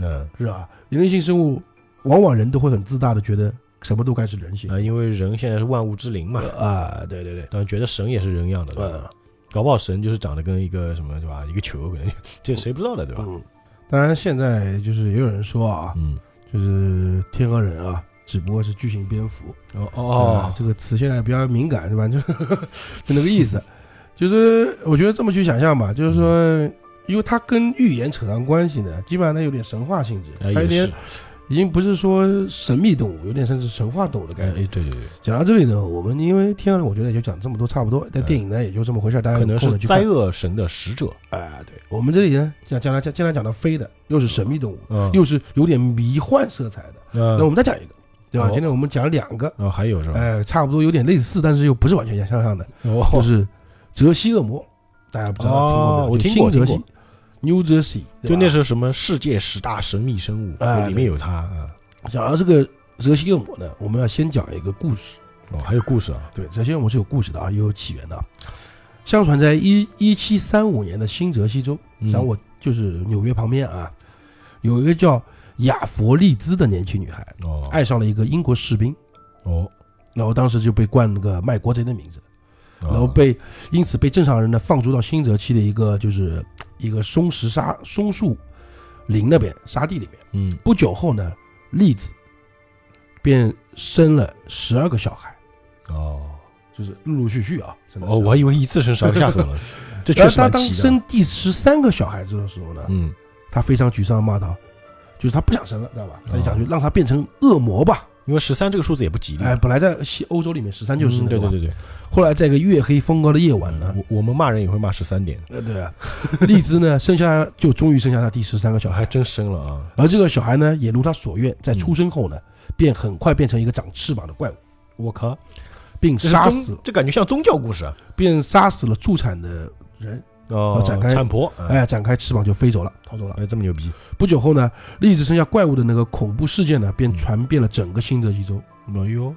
Speaker 1: 嗯，
Speaker 2: 是吧？人形生物往往人都会很自大的觉得什么都该是人形
Speaker 1: 呃那因为人现在是万物之灵嘛，
Speaker 2: 啊，对对对，
Speaker 1: 当然觉得神也是人样的，哎对吧
Speaker 2: 呃，
Speaker 1: 搞不好神就是长得跟一个什么对吧，一个球，可能这谁不知道的对吧？
Speaker 2: 嗯，当然现在就是也有人说啊，
Speaker 1: 嗯，
Speaker 2: 就是天鹅人啊。只不过是巨型蝙蝠
Speaker 1: 哦
Speaker 2: 啊，这个词现在比较敏感，对吧？ [laughs] 就就那个意思，就是我觉得这么去想象吧，就是说，因为它跟预言扯上关系呢，基本上它有点神话性质，
Speaker 1: 哎
Speaker 2: 它有
Speaker 1: 也是
Speaker 2: 点，已经不是说神秘动物，有点甚至神话动物的概
Speaker 1: 哎
Speaker 2: 念。
Speaker 1: 对对对，
Speaker 2: 讲到这里呢，我们因为天鹅，我觉得也就讲这么多，差不多。但
Speaker 1: 哎
Speaker 2: 电影呢，也就这么回事儿，大家
Speaker 1: 可能
Speaker 2: 有空
Speaker 1: 是
Speaker 2: 哎了去
Speaker 1: 灾啊
Speaker 2: 看。
Speaker 1: 厄神的使者，
Speaker 2: 啊，对，我们这里呢，讲讲来讲，既然讲到飞的，又是神秘动物，
Speaker 1: 嗯，
Speaker 2: 又是有点迷幻色彩的，那我
Speaker 1: 那
Speaker 2: 们再讲一个，对
Speaker 1: 嗯
Speaker 2: 吧？
Speaker 1: 好
Speaker 2: 今天我们讲了两个，
Speaker 1: 然哦后还有是吧？
Speaker 2: 嗯哎，差不多有点类似，但是又不是完全相像的。
Speaker 1: 哦
Speaker 2: 就是泽西恶魔，大家不知道听过没有？
Speaker 1: 哦我
Speaker 2: 就
Speaker 1: 听过
Speaker 2: 新泽西
Speaker 1: 听
Speaker 2: ，New Jersey，对吧啊
Speaker 1: 就那时候什么世界十大神秘生物，
Speaker 2: 哎
Speaker 1: 就里面有它啊，
Speaker 2: 讲到这个泽西恶魔呢，我们要先讲一个故事。
Speaker 1: 哦，还有故事啊，
Speaker 2: 对，泽西恶魔是有故事的啊，也有起源的啊。相传在一一七三五年的新泽西州，
Speaker 1: 嗯
Speaker 2: 像我就是纽约旁边啊，有一个叫亚佛利兹的年轻女孩，
Speaker 1: 哦，
Speaker 2: 爱上了一个英国士兵，
Speaker 1: 哦，
Speaker 2: 然后当时就被冠了个卖国贼的名字，
Speaker 1: 然
Speaker 2: 然后被因此被正常人呢放逐到新泽西的一个就是一个松石沙松树林那边沙地里面。
Speaker 1: 嗯
Speaker 2: 不久后呢，栗子便生了十二个小孩，
Speaker 1: 哦
Speaker 2: 就是陆陆续续啊。生了
Speaker 1: 哦，
Speaker 2: 12
Speaker 1: 我还以为一次生少，吓死我
Speaker 2: [laughs]
Speaker 1: 了，这
Speaker 2: 然
Speaker 1: 确
Speaker 2: 后
Speaker 1: 实
Speaker 2: 他
Speaker 1: 蛮
Speaker 2: 当
Speaker 1: 奇的，
Speaker 2: 生第十三个小孩子的时候呢，
Speaker 1: 嗯，
Speaker 2: 他非常沮丧，骂道：“就是他不想生了，知道吧？他就
Speaker 1: 啊
Speaker 2: 想去让他变成恶魔吧。
Speaker 1: 因为十三这个数字也不吉利嘛，
Speaker 2: 哎，本来在西欧洲里面，十三就
Speaker 1: 嗯
Speaker 2: 是那
Speaker 1: 对
Speaker 2: 个嘛
Speaker 1: 对。对对，嗯
Speaker 2: 后来在一个月黑风高的夜晚呢，
Speaker 1: 我我们骂人也会骂十三点，
Speaker 2: 呃，对啊， [laughs] 荔枝呢生下就终于生下他第十三个小
Speaker 1: 哦
Speaker 2: 孩
Speaker 1: 还，真生了啊，
Speaker 2: 而这个小孩呢也如他所愿，在出生后呢，便很快变成一个长翅膀的怪物，
Speaker 1: 我靠，
Speaker 2: 并
Speaker 1: 这是
Speaker 2: 杀
Speaker 1: 宗
Speaker 2: 死，
Speaker 1: 这感觉像宗教故事啊，
Speaker 2: 便杀死了助产的人，
Speaker 1: 哦，
Speaker 2: 展开
Speaker 1: 产婆，哎
Speaker 2: 哎，展开翅膀就飞走了，逃走了。
Speaker 1: 哎，这么牛逼，
Speaker 2: 不久后呢，荔枝生下怪物的那个恐怖事件呢，便传遍了整个新泽西州，
Speaker 1: 哎呦，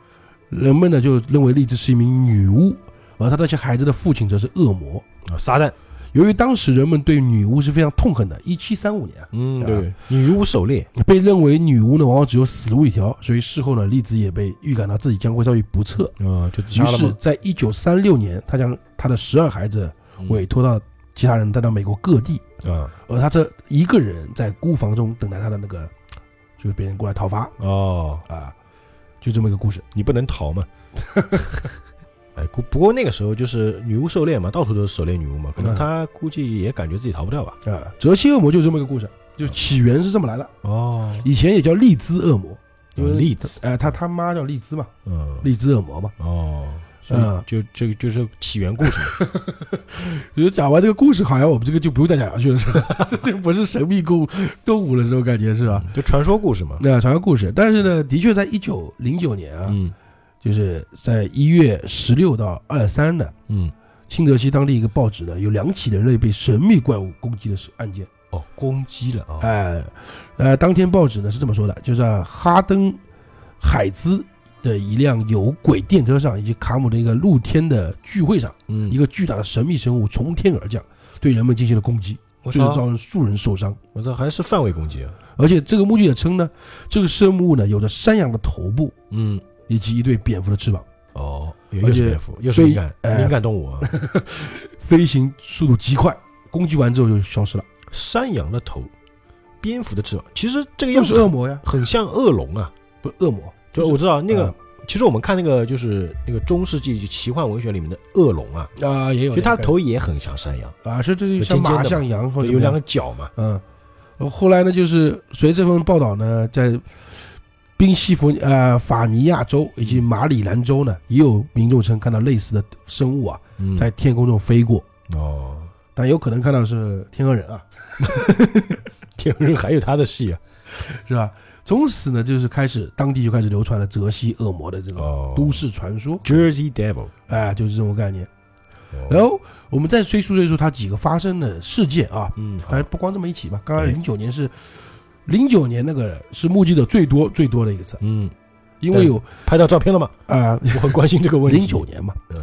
Speaker 2: 人们呢就认为荔枝是一名女巫，而她那些孩子的父亲则是恶魔。
Speaker 1: 啊，撒旦，
Speaker 2: 由于当时人们对女巫是非常痛恨的，一七三五年啊，
Speaker 1: 嗯，
Speaker 2: 啊
Speaker 1: 对，对女巫手链，
Speaker 2: 被认为女巫呢，往往只有死路一条，所以事后呢，栗子也被预感到自己将会遭遇不测，
Speaker 1: 啊，就自
Speaker 2: 于
Speaker 1: 杀了
Speaker 2: 是
Speaker 1: 吗？，
Speaker 2: 在一九三六年，他将他的十二孩子委托到其他人带到美国各地，
Speaker 1: 嗯啊，
Speaker 2: 而他这一个人在孤房中等待他的那个，就是别人过来讨伐
Speaker 1: 哦，
Speaker 2: 啊，就这么一个故事。
Speaker 1: 你不能逃
Speaker 2: [laughs]
Speaker 1: 嘛。哎，不不过那个时候就是女巫狩猎嘛，到处都是狩猎女巫嘛，可能
Speaker 2: 嗯
Speaker 1: 她估计也感觉自己逃不掉吧。
Speaker 2: 啊，泽西恶魔就这么一个故事，就起源是这么来的。
Speaker 1: 哦，
Speaker 2: 以前也叫荔枝恶魔，因为
Speaker 1: 例子，
Speaker 2: 哎、他他妈叫荔枝嘛，
Speaker 1: 嗯，
Speaker 2: 荔枝恶魔嘛。
Speaker 1: 哦，
Speaker 2: 嗯
Speaker 1: 嗯，就这个就是起源故事嘛。
Speaker 2: 就是讲完这个故事，好像我们这个就不用再讲下去了，
Speaker 1: [laughs]
Speaker 2: 是吧？这这不是神秘故动物了，这种感觉是吧？
Speaker 1: 就传说故事嘛。
Speaker 2: 那传个故事，但是呢，的确在一九零九年啊，
Speaker 1: 嗯嗯
Speaker 2: 就是在一月十六到二三呢，
Speaker 1: 嗯，
Speaker 2: 新泽西当地一个报纸呢，有两起人类被神秘怪物攻击的事案件。
Speaker 1: 哦，攻击了啊。
Speaker 2: 哎、呃，当天报纸呢是这么说的，就是啊、哈登海兹的一辆有轨电车上，以及卡姆的一个露天的聚会上，
Speaker 1: 嗯
Speaker 2: 一，个巨大的神秘生物从天而降，对人们进行了攻击，
Speaker 1: 我
Speaker 2: 最后造
Speaker 1: 操，
Speaker 2: 成数人受伤。
Speaker 1: 我操，还是范围攻击啊，
Speaker 2: 而且这个目击者称呢，这个生物呢有着山羊的头部
Speaker 1: 嗯，
Speaker 2: 以及一对蝙蝠的翅膀，
Speaker 1: 哦，
Speaker 2: 而
Speaker 1: 又是
Speaker 2: 且
Speaker 1: 蝙蝠，又是
Speaker 2: 非
Speaker 1: 敏感
Speaker 2: 哎
Speaker 1: 敏感动物啊，
Speaker 2: 飞行速度极快，攻击完之后就消失了。
Speaker 1: 山羊的头，蝙蝠的翅膀，其实这个样
Speaker 2: 又是
Speaker 1: 子
Speaker 2: 恶魔呀，
Speaker 1: 很像恶龙啊，
Speaker 2: 不是恶魔，
Speaker 1: 嗯就是嗯我知道那个
Speaker 2: 啊。
Speaker 1: 其实我们看那个就是那个中世纪奇幻文学里面的恶龙啊，
Speaker 2: 啊也
Speaker 1: 其
Speaker 2: 有那个概念，
Speaker 1: 实它的头也很像山羊，
Speaker 2: 啊，是这就
Speaker 1: 有
Speaker 2: 像
Speaker 1: 尖尖
Speaker 2: 马
Speaker 1: 的
Speaker 2: 像羊或者
Speaker 1: 有两
Speaker 2: 个
Speaker 1: 个角嘛，
Speaker 2: 嗯。呃后来呢，就是随这份报道呢，在宾夕佛呃法尼亚州以及马里兰州呢，也有民众称看到类似的生物啊
Speaker 1: 嗯
Speaker 2: 在天空中飞过，
Speaker 1: 哦，
Speaker 2: 但有可能看到是天鹅人啊，
Speaker 1: 天鹅人 [laughs] 还有他的戏啊，
Speaker 2: 是吧？从此呢，就是开始当地就开始流传了泽西恶魔的这个
Speaker 1: 哦，
Speaker 2: 都市传说，
Speaker 1: Jersey Devil，
Speaker 2: 哎，就是这种概念。
Speaker 1: 哦
Speaker 2: 然后我们再追溯追溯它几个发生的事件啊，
Speaker 1: 嗯，好
Speaker 2: 哎，不光这么一起吧。刚刚
Speaker 1: 哎
Speaker 2: 零九年是零九年那个是目击者最多最多的一个次，
Speaker 1: 嗯，
Speaker 2: 因为有
Speaker 1: 拍到照片了吗？[laughs]
Speaker 2: 啊
Speaker 1: 我很关心这个问题。
Speaker 2: 零九，年嘛，
Speaker 1: 嗯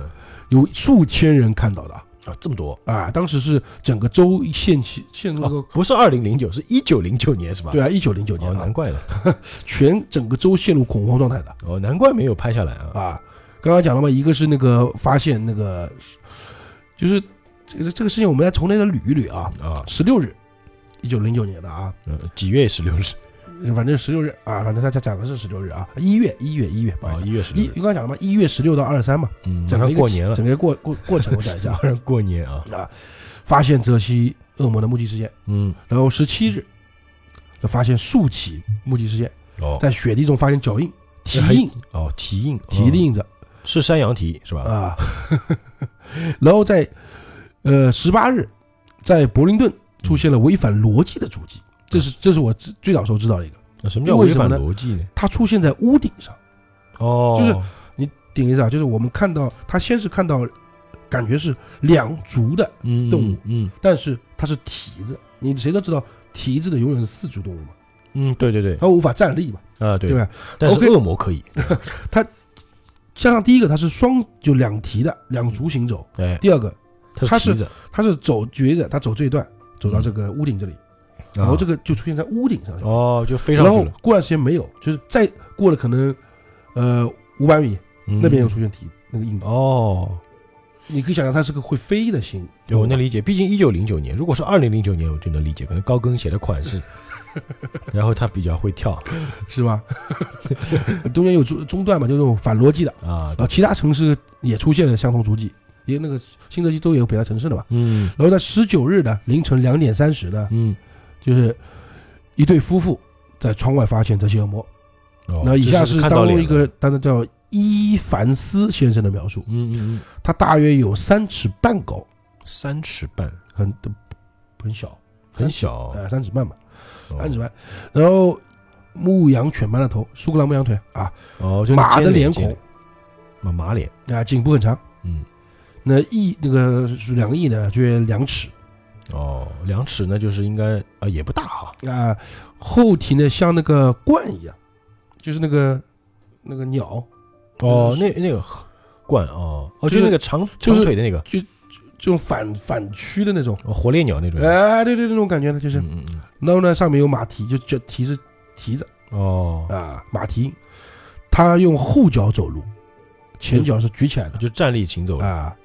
Speaker 2: 有数千人看到的啊
Speaker 1: 啊，这么多
Speaker 2: 啊，当时是整个州陷起陷入
Speaker 1: 啊
Speaker 2: 那个，
Speaker 1: 不是二零零九，是一九零九年是吧？
Speaker 2: 对啊，一九零九年
Speaker 1: 哦，
Speaker 2: 啊
Speaker 1: 难，怪了，
Speaker 2: 全整个州陷入恐慌状态的
Speaker 1: 哦，难怪没有拍下来啊。
Speaker 2: 啊。刚刚讲了嘛，一个是那个发现那个，就是这个这个事情，我们再从那个捋一捋啊。
Speaker 1: 啊，
Speaker 2: 十六日，一九零九年的啊，
Speaker 1: 呃几月十六日？
Speaker 2: 反正十六日啊，反正他他讲的是十六日啊，一月一月一月，不好
Speaker 1: 啊
Speaker 2: 意，思，
Speaker 1: 一月十
Speaker 2: 一
Speaker 1: 六日，
Speaker 2: 你刚才讲了嘛，一月十六到二十三嘛，
Speaker 1: 嗯，马
Speaker 2: 整个
Speaker 1: 上
Speaker 2: 一个
Speaker 1: 过年了，
Speaker 2: 整个过过过程我讲一下
Speaker 1: [laughs] 马上过年啊，
Speaker 2: 啊，发现泽西恶魔的目击事件，
Speaker 1: 嗯，
Speaker 2: 然后十七日，就发现数起目击事件，
Speaker 1: 哦，
Speaker 2: 在雪地中发现脚印、蹄
Speaker 1: 还
Speaker 2: 印、
Speaker 1: 哦，蹄印，
Speaker 2: 蹄的
Speaker 1: 哦
Speaker 2: 印子
Speaker 1: 是山羊蹄是吧？
Speaker 2: 啊， [laughs] 然后在呃十八日，在柏林顿出现了违反逻辑的足迹，这
Speaker 1: 嗯
Speaker 2: 是这是我最最早时候知道的一个，
Speaker 1: 那什么叫
Speaker 2: 因为
Speaker 1: 违
Speaker 2: 什么
Speaker 1: 反
Speaker 2: 呢
Speaker 1: 逻辑呢？
Speaker 2: 它出现在屋顶上。
Speaker 1: 哦，
Speaker 2: 就是顶一下，就是我们看到它先是看到，感觉是两足的，
Speaker 1: 嗯
Speaker 2: 动物
Speaker 1: 嗯
Speaker 2: 但是它是蹄子，你谁都知道蹄子的永远是四足动物嘛，
Speaker 1: 嗯，对对对，
Speaker 2: 它无法站立嘛，
Speaker 1: 啊
Speaker 2: 哦对
Speaker 1: 对，
Speaker 2: 吧？
Speaker 1: 但是
Speaker 2: OK
Speaker 1: 恶魔可以，
Speaker 2: 加上第一个它是双就两蹄的两足行走，
Speaker 1: 哎，
Speaker 2: 第二个
Speaker 1: 它
Speaker 2: 它
Speaker 1: 是
Speaker 2: 是
Speaker 1: 蹄子，
Speaker 2: 它是走撅着，它走这一段走
Speaker 1: 嗯
Speaker 2: 到这个屋顶这里，然后这个就出现在屋顶上，
Speaker 1: 啊哦就飞上
Speaker 2: 然
Speaker 1: 去
Speaker 2: 后
Speaker 1: 了，
Speaker 2: 过段时间没有，就是再过了可能呃五百米
Speaker 1: 嗯
Speaker 2: 那边又出现蹄那个印子，
Speaker 1: 哦，
Speaker 2: 你可以想象它是个会飞的行，
Speaker 1: 对，我能理解。毕竟一九零九年，如果是二零零九年，我就能理解，可能高跟鞋的款
Speaker 2: [laughs]
Speaker 1: 式，然后它比较会跳
Speaker 2: 是吧？ [laughs] 中间有中中断嘛，就那种反逻辑的。
Speaker 1: 啊
Speaker 2: 然。后其他城市也出现了相同足迹，因为那个新泽西州也有北大城市的嘛。
Speaker 1: 嗯
Speaker 2: 然后在十九日呢，凌晨两点三十呢，
Speaker 1: 嗯，
Speaker 2: 就是一对夫妇在窗外发现这些恶魔。
Speaker 1: 哦
Speaker 2: 那以下
Speaker 1: 这
Speaker 2: 是
Speaker 1: 看
Speaker 2: 当
Speaker 1: 到
Speaker 2: 中
Speaker 1: 脸
Speaker 2: 一个
Speaker 1: 了，
Speaker 2: 当中叫伊凡斯先生的描述，
Speaker 1: 嗯嗯嗯，
Speaker 2: 他大约有三尺半高，
Speaker 1: 三尺半，
Speaker 2: 很很小，
Speaker 1: 很小，
Speaker 2: 呃，三尺半吧，
Speaker 1: 哦
Speaker 2: 三尺半。然后牧羊犬般的头，苏格兰牧羊腿啊，
Speaker 1: 哦，就
Speaker 2: 马的脸
Speaker 1: 脸
Speaker 2: 孔，
Speaker 1: 马马脸，
Speaker 2: 啊，颈部很长，
Speaker 1: 嗯，
Speaker 2: 那翼那个两翼呢约两尺。
Speaker 1: 哦，两尺那就是应该啊也不大哈，
Speaker 2: 啊、后蹄呢像那个冠一样，就是那个那个鸟，
Speaker 1: 哦，
Speaker 2: 嗯
Speaker 1: 那那个冠哦，哦，
Speaker 2: 就是
Speaker 1: 就那个长
Speaker 2: 就
Speaker 1: 长
Speaker 2: 是
Speaker 1: 腿的那个
Speaker 2: 这种反反曲的那种，
Speaker 1: 哦火烈鸟那种，
Speaker 2: 哎，对对，对那种感觉呢，就是，
Speaker 1: 嗯嗯嗯
Speaker 2: 然后呢上面有马蹄，就就蹄是蹄子
Speaker 1: 哦，
Speaker 2: 啊，马蹄，它用后脚走路，前脚是举起来的
Speaker 1: 就站立行走的，
Speaker 2: 啊。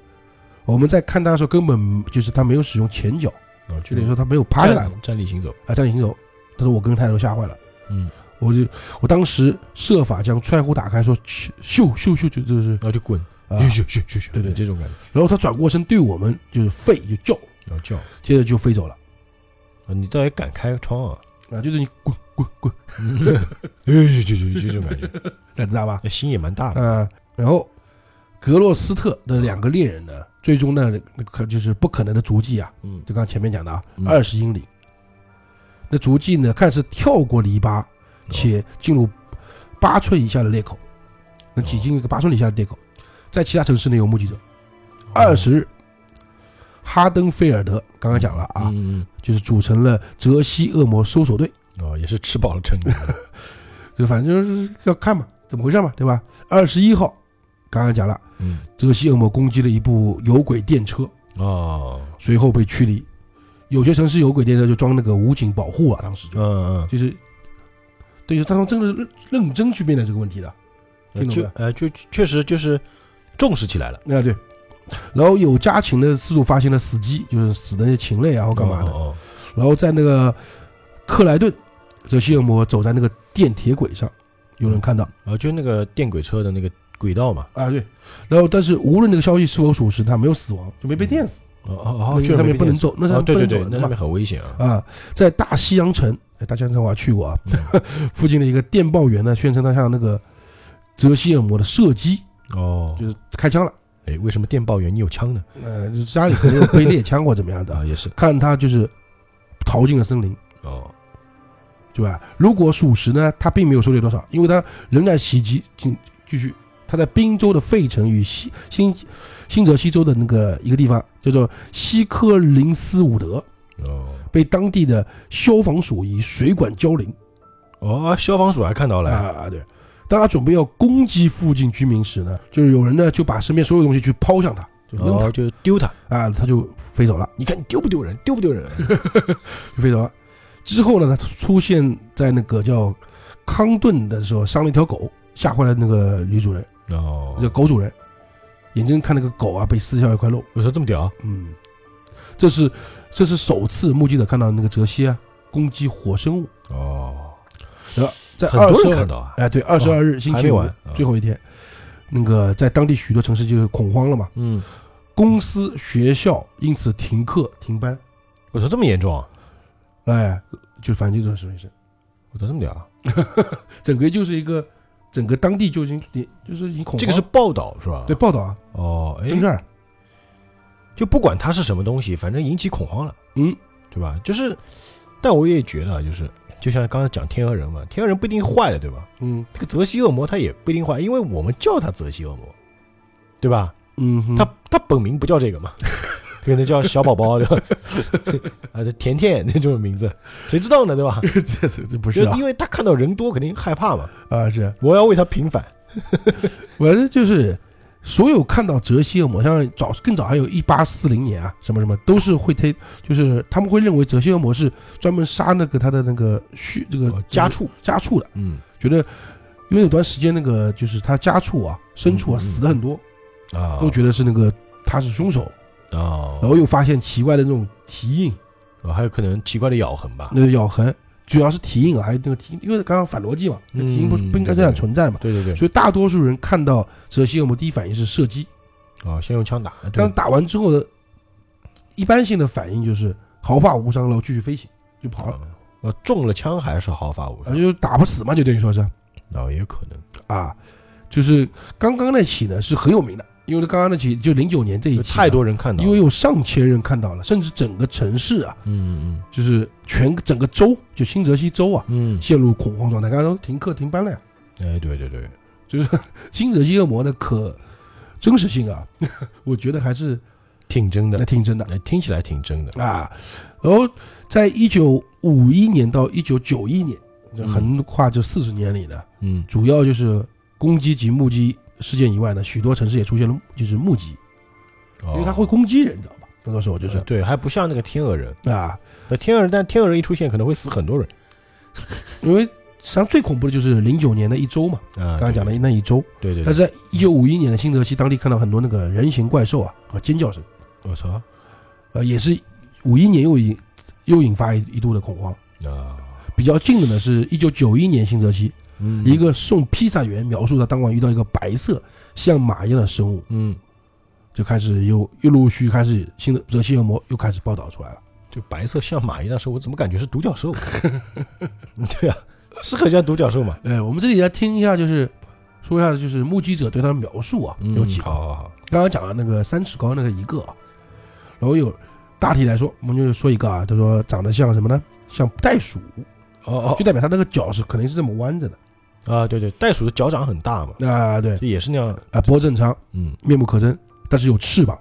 Speaker 2: 我们在看它的时候，根本就是它没有使用前脚，
Speaker 1: 哦，
Speaker 2: 就
Speaker 1: 就
Speaker 2: 等于说它没有爬
Speaker 1: 站
Speaker 2: 起来
Speaker 1: 站立行走，
Speaker 2: 啊，站立行走。但是我跟太都吓坏了，
Speaker 1: 嗯，
Speaker 2: 我就我当时设法将窗户打开，说咻咻咻咻，就就是
Speaker 1: 然后就滚，
Speaker 2: 啊
Speaker 1: 咻咻咻咻咻，
Speaker 2: 对对
Speaker 1: 这种感觉。
Speaker 2: 然后他转过身对我们就是吠就叫，
Speaker 1: 然后叫啊，
Speaker 2: 接着就飞走了
Speaker 1: 你到底敢开窗
Speaker 2: [laughs]
Speaker 1: 啊？
Speaker 2: 啊，就是你滚滚滚，
Speaker 1: 哎，就就就就这种感觉，
Speaker 2: 大家知道吧？
Speaker 1: [laughs] 那心也蛮大的。
Speaker 2: 啊，然后格洛斯特的两个猎人呢，最终呢，那可就是不可能的足迹啊，
Speaker 1: 嗯，
Speaker 2: 就刚前面讲的啊，
Speaker 1: 嗯
Speaker 2: 二十英里，那足迹呢，看似跳过篱
Speaker 1: 哦
Speaker 2: 笆，且进入八寸以下的裂口，那挤进一个八寸以下的裂口，在其他城市呢有目
Speaker 1: 哦
Speaker 2: 击者。二十日，哈登菲尔德刚刚讲了啊，
Speaker 1: 嗯
Speaker 2: 就是组成了泽西恶魔搜索队。 [laughs]
Speaker 1: 嗯，哦，也是吃饱了撑的。
Speaker 2: 就反正就是要看嘛。怎么回事嘛，对吧？二十一号，刚刚讲了，
Speaker 1: 嗯，
Speaker 2: 泽西恶魔攻击了一部有轨电车，
Speaker 1: 哦，
Speaker 2: 随后被驱离。有些城市有轨电车就装那个武警保护啊，当时就
Speaker 1: 嗯
Speaker 2: 就是，对，就当中真的认认真去面对这个问题的。
Speaker 1: 嗯，
Speaker 2: 听懂
Speaker 1: 就
Speaker 2: 了
Speaker 1: 呃就确实就是重视起来了，
Speaker 2: 啊，对。然后有家禽的四处发现了死鸡，就是死的那些禽类啊，或干嘛的。
Speaker 1: 哦
Speaker 2: 然后在那个克莱顿，泽西恶魔走在那个电铁轨上，有人看到
Speaker 1: 哦哦，就那个电轨车的那个轨道嘛，
Speaker 2: 啊，对。然后但是无论这个消息是否属实，他没有死亡，就没被电死。
Speaker 1: 哦哦哦，
Speaker 2: 因
Speaker 1: 确
Speaker 2: 为
Speaker 1: 实
Speaker 2: 上
Speaker 1: 没
Speaker 2: 面不
Speaker 1: 电
Speaker 2: 能
Speaker 1: 视
Speaker 2: 走，那
Speaker 1: 哦
Speaker 2: 上面不
Speaker 1: 对对
Speaker 2: 能走
Speaker 1: 对，
Speaker 2: 人
Speaker 1: 那上
Speaker 2: 的嘛
Speaker 1: 面很危险啊，
Speaker 2: 啊，在大西洋城，哎，大西洋城我还去过啊，
Speaker 1: 嗯
Speaker 2: [laughs] 附近的一个电报员呢，宣称他向那个泽西恶魔的射击，
Speaker 1: 哦，
Speaker 2: 就是开枪了，
Speaker 1: 哎，为什么电报员你有枪呢？
Speaker 2: 呃，就是家里可能有背猎枪或怎么样的
Speaker 1: 啊，，也是
Speaker 2: 看他就是逃进了森林，
Speaker 1: 哦，
Speaker 2: 对吧？如果属实呢，他并没有收敛多少，因为他仍然袭击进继续。他在宾州的费城与西新新泽西州的那个一个地方叫做西科林斯伍德，
Speaker 1: 哦
Speaker 2: 被当地的消防署以水管浇淋。
Speaker 1: 哦，消防署还看到了啊，
Speaker 2: 啊，对。当他准备要攻击附近居民时呢，就是有人呢就把身边所有东西去抛向他，就扔他、
Speaker 1: 哦，就丢他，
Speaker 2: 啊，他就飞走了，
Speaker 1: 你看你丢不丢人？丢不丢人？啊
Speaker 2: 就飞走了。之后呢，他出现在那个叫康顿的时候，伤了一条狗，吓坏了那个女主人，
Speaker 1: [laughs] 哦，
Speaker 2: 这狗主人，眼睁看那个狗啊被撕下一块肉，
Speaker 1: 我说这么屌，
Speaker 2: 嗯，这是这是首次目击者看到那个泽西啊攻击活生物，
Speaker 1: 哦，
Speaker 2: 在
Speaker 1: 很
Speaker 2: 二
Speaker 1: 多
Speaker 2: 十
Speaker 1: 人
Speaker 2: 二
Speaker 1: 看到啊，
Speaker 2: 哎对二十二日星
Speaker 1: 还
Speaker 2: 期
Speaker 1: 没
Speaker 2: 五
Speaker 1: 完啊
Speaker 2: 最后一天，那个在当地许多城市就是恐慌了嘛。
Speaker 1: 嗯，
Speaker 2: 公司、学校因此停课停班，
Speaker 1: 我操，这么严重啊，
Speaker 2: 哎，就反正就这种事情，
Speaker 1: 我操，这么屌啊，
Speaker 2: 整个就是一个整个当地就已经也就是已经恐慌
Speaker 1: 这个是报道是吧？
Speaker 2: 对，报道啊，
Speaker 1: 哦，哎，
Speaker 2: 真事儿，
Speaker 1: 就不管它是什么东西，反正引起恐慌了，
Speaker 2: 嗯，
Speaker 1: 对吧？就是，但我也觉得啊，就是就像刚才讲天鹅人嘛，天鹅人不一定坏的，对吧？
Speaker 2: 嗯
Speaker 1: 这个泽西恶魔他也不一定坏，因为我们叫他泽西恶魔，对吧？
Speaker 2: 嗯，
Speaker 1: 他他本名不叫这个 [laughs] 嘛，可能叫小宝宝对吧？ [laughs] 啊，这甜甜那种名字，谁知道呢，对吧？
Speaker 2: [laughs] 这这这不
Speaker 1: 不
Speaker 2: 是啊
Speaker 1: 因为他看到人多肯定害怕嘛，
Speaker 2: 啊是，
Speaker 1: 我要为他平反。
Speaker 2: 反正就是所有看到泽西恶魔，像早更早还有一八四零年啊，什么什么都是会推，就是他们会认为泽西恶魔是专门杀那个他的那个畜这个
Speaker 1: 哦家畜，
Speaker 2: 家畜的，
Speaker 1: 嗯
Speaker 2: 觉得因为有段时间那个就是他家畜啊牲
Speaker 1: 嗯嗯
Speaker 2: 畜啊死的很多。
Speaker 1: 啊，
Speaker 2: 都觉得是那个他是凶手，
Speaker 1: 得哦，
Speaker 2: 然后又发现奇怪的那种蹄印、
Speaker 1: 哦还有可能奇怪的咬痕吧？
Speaker 2: 那个咬痕，主要是蹄印啊，还有那个蹄，因为刚刚反逻辑嘛，那
Speaker 1: 嗯
Speaker 2: 蹄印不不应该这样存在嘛，
Speaker 1: 对对对，
Speaker 2: 所以大多数人看到泽西恶魔第一反应是射击，
Speaker 1: 啊，先用枪打，对
Speaker 2: 当打完之后的一般性的反应就是毫发无伤，然后继续飞行就跑了，
Speaker 1: 啊呃，中了枪还是毫发无
Speaker 2: 然后
Speaker 1: 伤，
Speaker 2: 就打不死嘛，就等于说是
Speaker 1: 哦，也有可能。
Speaker 2: 啊，就是刚刚那起呢是很有名的，因为刚刚那起就零九年这一
Speaker 1: 有
Speaker 2: 起，啊
Speaker 1: 太，多人看到了，
Speaker 2: 因为有上千人看到了，甚至整个城市啊。
Speaker 1: 嗯嗯
Speaker 2: 就是全整个州，就新泽西州啊，
Speaker 1: 嗯
Speaker 2: 陷入恐慌状态，大家都停课停班了呀。
Speaker 1: 嗯，哎，对对对，
Speaker 2: 新泽西恶魔的可真实性
Speaker 1: [laughs]
Speaker 2: 啊，我觉得还是
Speaker 1: 挺真的
Speaker 2: 那，挺真的
Speaker 1: 哎，听起来挺真的。
Speaker 2: 啊。然后在一九五一年到一九九一年，就横跨这四十年里呢，
Speaker 1: 嗯，
Speaker 2: 主要就是攻击及目击事件以外呢，许多城市也出现了就是目击，因
Speaker 1: 因
Speaker 2: 为他会攻击人，你知道吧？很多时候就是
Speaker 1: 哦对，还不像那个天鹅人，
Speaker 2: 啊，
Speaker 1: 那天鹅人，但天鹅人一出现可能会死很多人
Speaker 2: 因为实际上最恐怖的就是零九年的一周嘛，
Speaker 1: 啊。
Speaker 2: 刚才讲的
Speaker 1: 对
Speaker 2: 那一周。
Speaker 1: 对对，对
Speaker 2: 但是在一九五一年的新泽西当地看到很多那个人形怪兽啊和尖叫声，
Speaker 1: 我操
Speaker 2: 呃，也是五一年又引又引发一一度的恐慌。
Speaker 1: 啊，
Speaker 2: 比较近的呢是一九九一年新泽西，
Speaker 1: 嗯
Speaker 2: 一个送披萨员描述他当晚遇到一个白色像马一样的生物，
Speaker 1: 嗯，
Speaker 2: 就开始又又陆续开始新泽西恶魔又开始报道出来了。
Speaker 1: 就白色像马一样的兽，我怎么感觉是独角兽？对啊，是很像独角兽嘛。
Speaker 2: 哎，我们这里来听一下，就是说一下就是目击者对他的描述啊，有几个。
Speaker 1: 好好好，
Speaker 2: 刚刚讲了那个三尺高那个一个啊，然后有大体来说，我们就说一个啊，他说长得像什么呢？像袋鼠，
Speaker 1: 哦
Speaker 2: 就代表它那个脚是肯定是这么弯着的
Speaker 1: 哦啊，对对，袋鼠的脚掌很大嘛，
Speaker 2: 啊，对，
Speaker 1: 就也是那样，
Speaker 2: 啊，脖子很长，
Speaker 1: 嗯，
Speaker 2: 面目可憎，但是有翅膀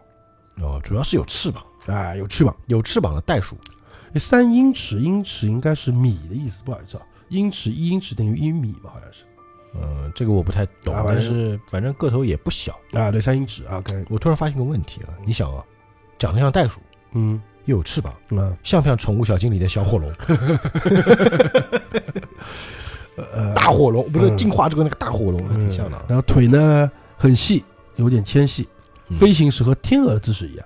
Speaker 1: 哦，主要是有翅膀，
Speaker 2: 啊，有翅膀，哎
Speaker 1: 有翅膀的袋鼠，
Speaker 2: 三英尺，英尺应该是米的意思，不好意思啊，英尺一英尺等于一米吧，好像是，
Speaker 1: 嗯，这个我不太懂
Speaker 2: 啊，反
Speaker 1: 但
Speaker 2: 正
Speaker 1: 是反正个头也不小。
Speaker 2: 啊，对，三英尺啊，跟
Speaker 1: 我突然发现个问题啊，你想啊，长得像袋鼠，
Speaker 2: 嗯
Speaker 1: 又有翅膀，
Speaker 2: 啊
Speaker 1: 像不像宠物小精灵的小火龙？
Speaker 2: 呃，
Speaker 1: 大火龙不是
Speaker 2: 嗯
Speaker 1: 进化之后那个大火龙，
Speaker 2: 嗯
Speaker 1: 挺像的啊。
Speaker 2: 然后腿呢很细，有点纤细，
Speaker 1: 嗯
Speaker 2: 飞行时和天鹅的姿势一样，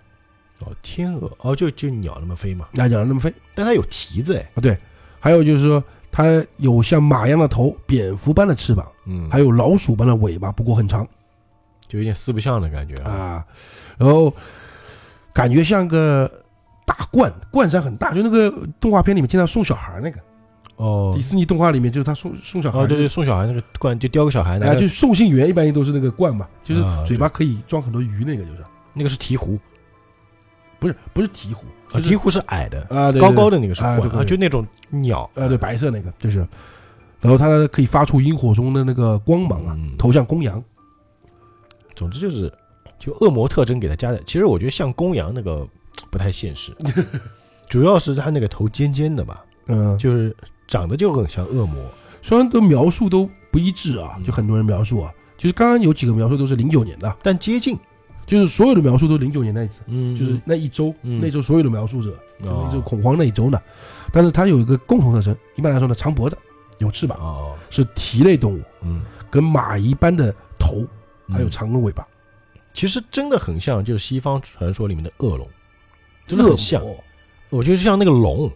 Speaker 1: 哦，天鹅哦，就就鸟那么飞嘛，
Speaker 2: 那讲那么飞
Speaker 1: 但它有蹄子哎，
Speaker 2: 啊，对，还有就是说它有像马一样的头，蝙蝠般的翅膀，
Speaker 1: 嗯，
Speaker 2: 还有老鼠般的尾巴，不过很长
Speaker 1: 就有点四不像的感觉啊。
Speaker 2: 啊，然后感觉像个大冠，冠山很大，就那个动画片里面经常送小孩儿那个，
Speaker 1: 哦
Speaker 2: 迪士尼动画里面就是他送送小孩儿，
Speaker 1: 哦，对对，送小孩那个罐就叼个小孩，
Speaker 2: 哎，
Speaker 1: 那
Speaker 2: 就是送信员一般都是那个罐嘛，就是
Speaker 1: 啊
Speaker 2: 嘴巴可以装很多鱼那个，就是
Speaker 1: 那个是鹈鹕，
Speaker 2: 不是不是鹈鹕，
Speaker 1: 啊
Speaker 2: 就是
Speaker 1: 鹈鹕是矮的，
Speaker 2: 啊对
Speaker 1: 高
Speaker 2: 对
Speaker 1: 高的那个是
Speaker 2: 啊
Speaker 1: 罐
Speaker 2: 对对
Speaker 1: 啊，
Speaker 2: 对
Speaker 1: 就那种鸟
Speaker 2: 啊，对，白色那个就是，然后它可以发出萤火中的那个光芒啊
Speaker 1: 嗯，
Speaker 2: 投向公羊。
Speaker 1: 总之就是，就恶魔特征给它加的。其实我觉得像公羊那个不太现
Speaker 2: [laughs]
Speaker 1: 实，主要是它那个头尖尖的嘛，
Speaker 2: 嗯，就
Speaker 1: 就是长得就很像恶魔。
Speaker 2: 虽然都描述都不一致啊
Speaker 1: 嗯，
Speaker 2: 就很多人描述啊，就是刚刚有几个描述都是零九年的，
Speaker 1: 但接近，
Speaker 2: 就是所有的描述都零九年那一次，
Speaker 1: 嗯
Speaker 2: 就是那一周，
Speaker 1: 嗯
Speaker 2: 那周所有的描述者，嗯就
Speaker 1: 哦
Speaker 2: 那周恐慌那一周呢。但是它有一个共同特征，一般来说呢，长脖子，有翅膀，
Speaker 1: 哦，
Speaker 2: 是蹄类动物，
Speaker 1: 嗯，
Speaker 2: 跟马一般的头，还有
Speaker 1: 嗯
Speaker 2: 长的尾巴，
Speaker 1: 其实真的很像，就是西方传说里面的恶龙，真
Speaker 2: 真
Speaker 1: 的
Speaker 2: 的
Speaker 1: 很像。我觉得像那个龙，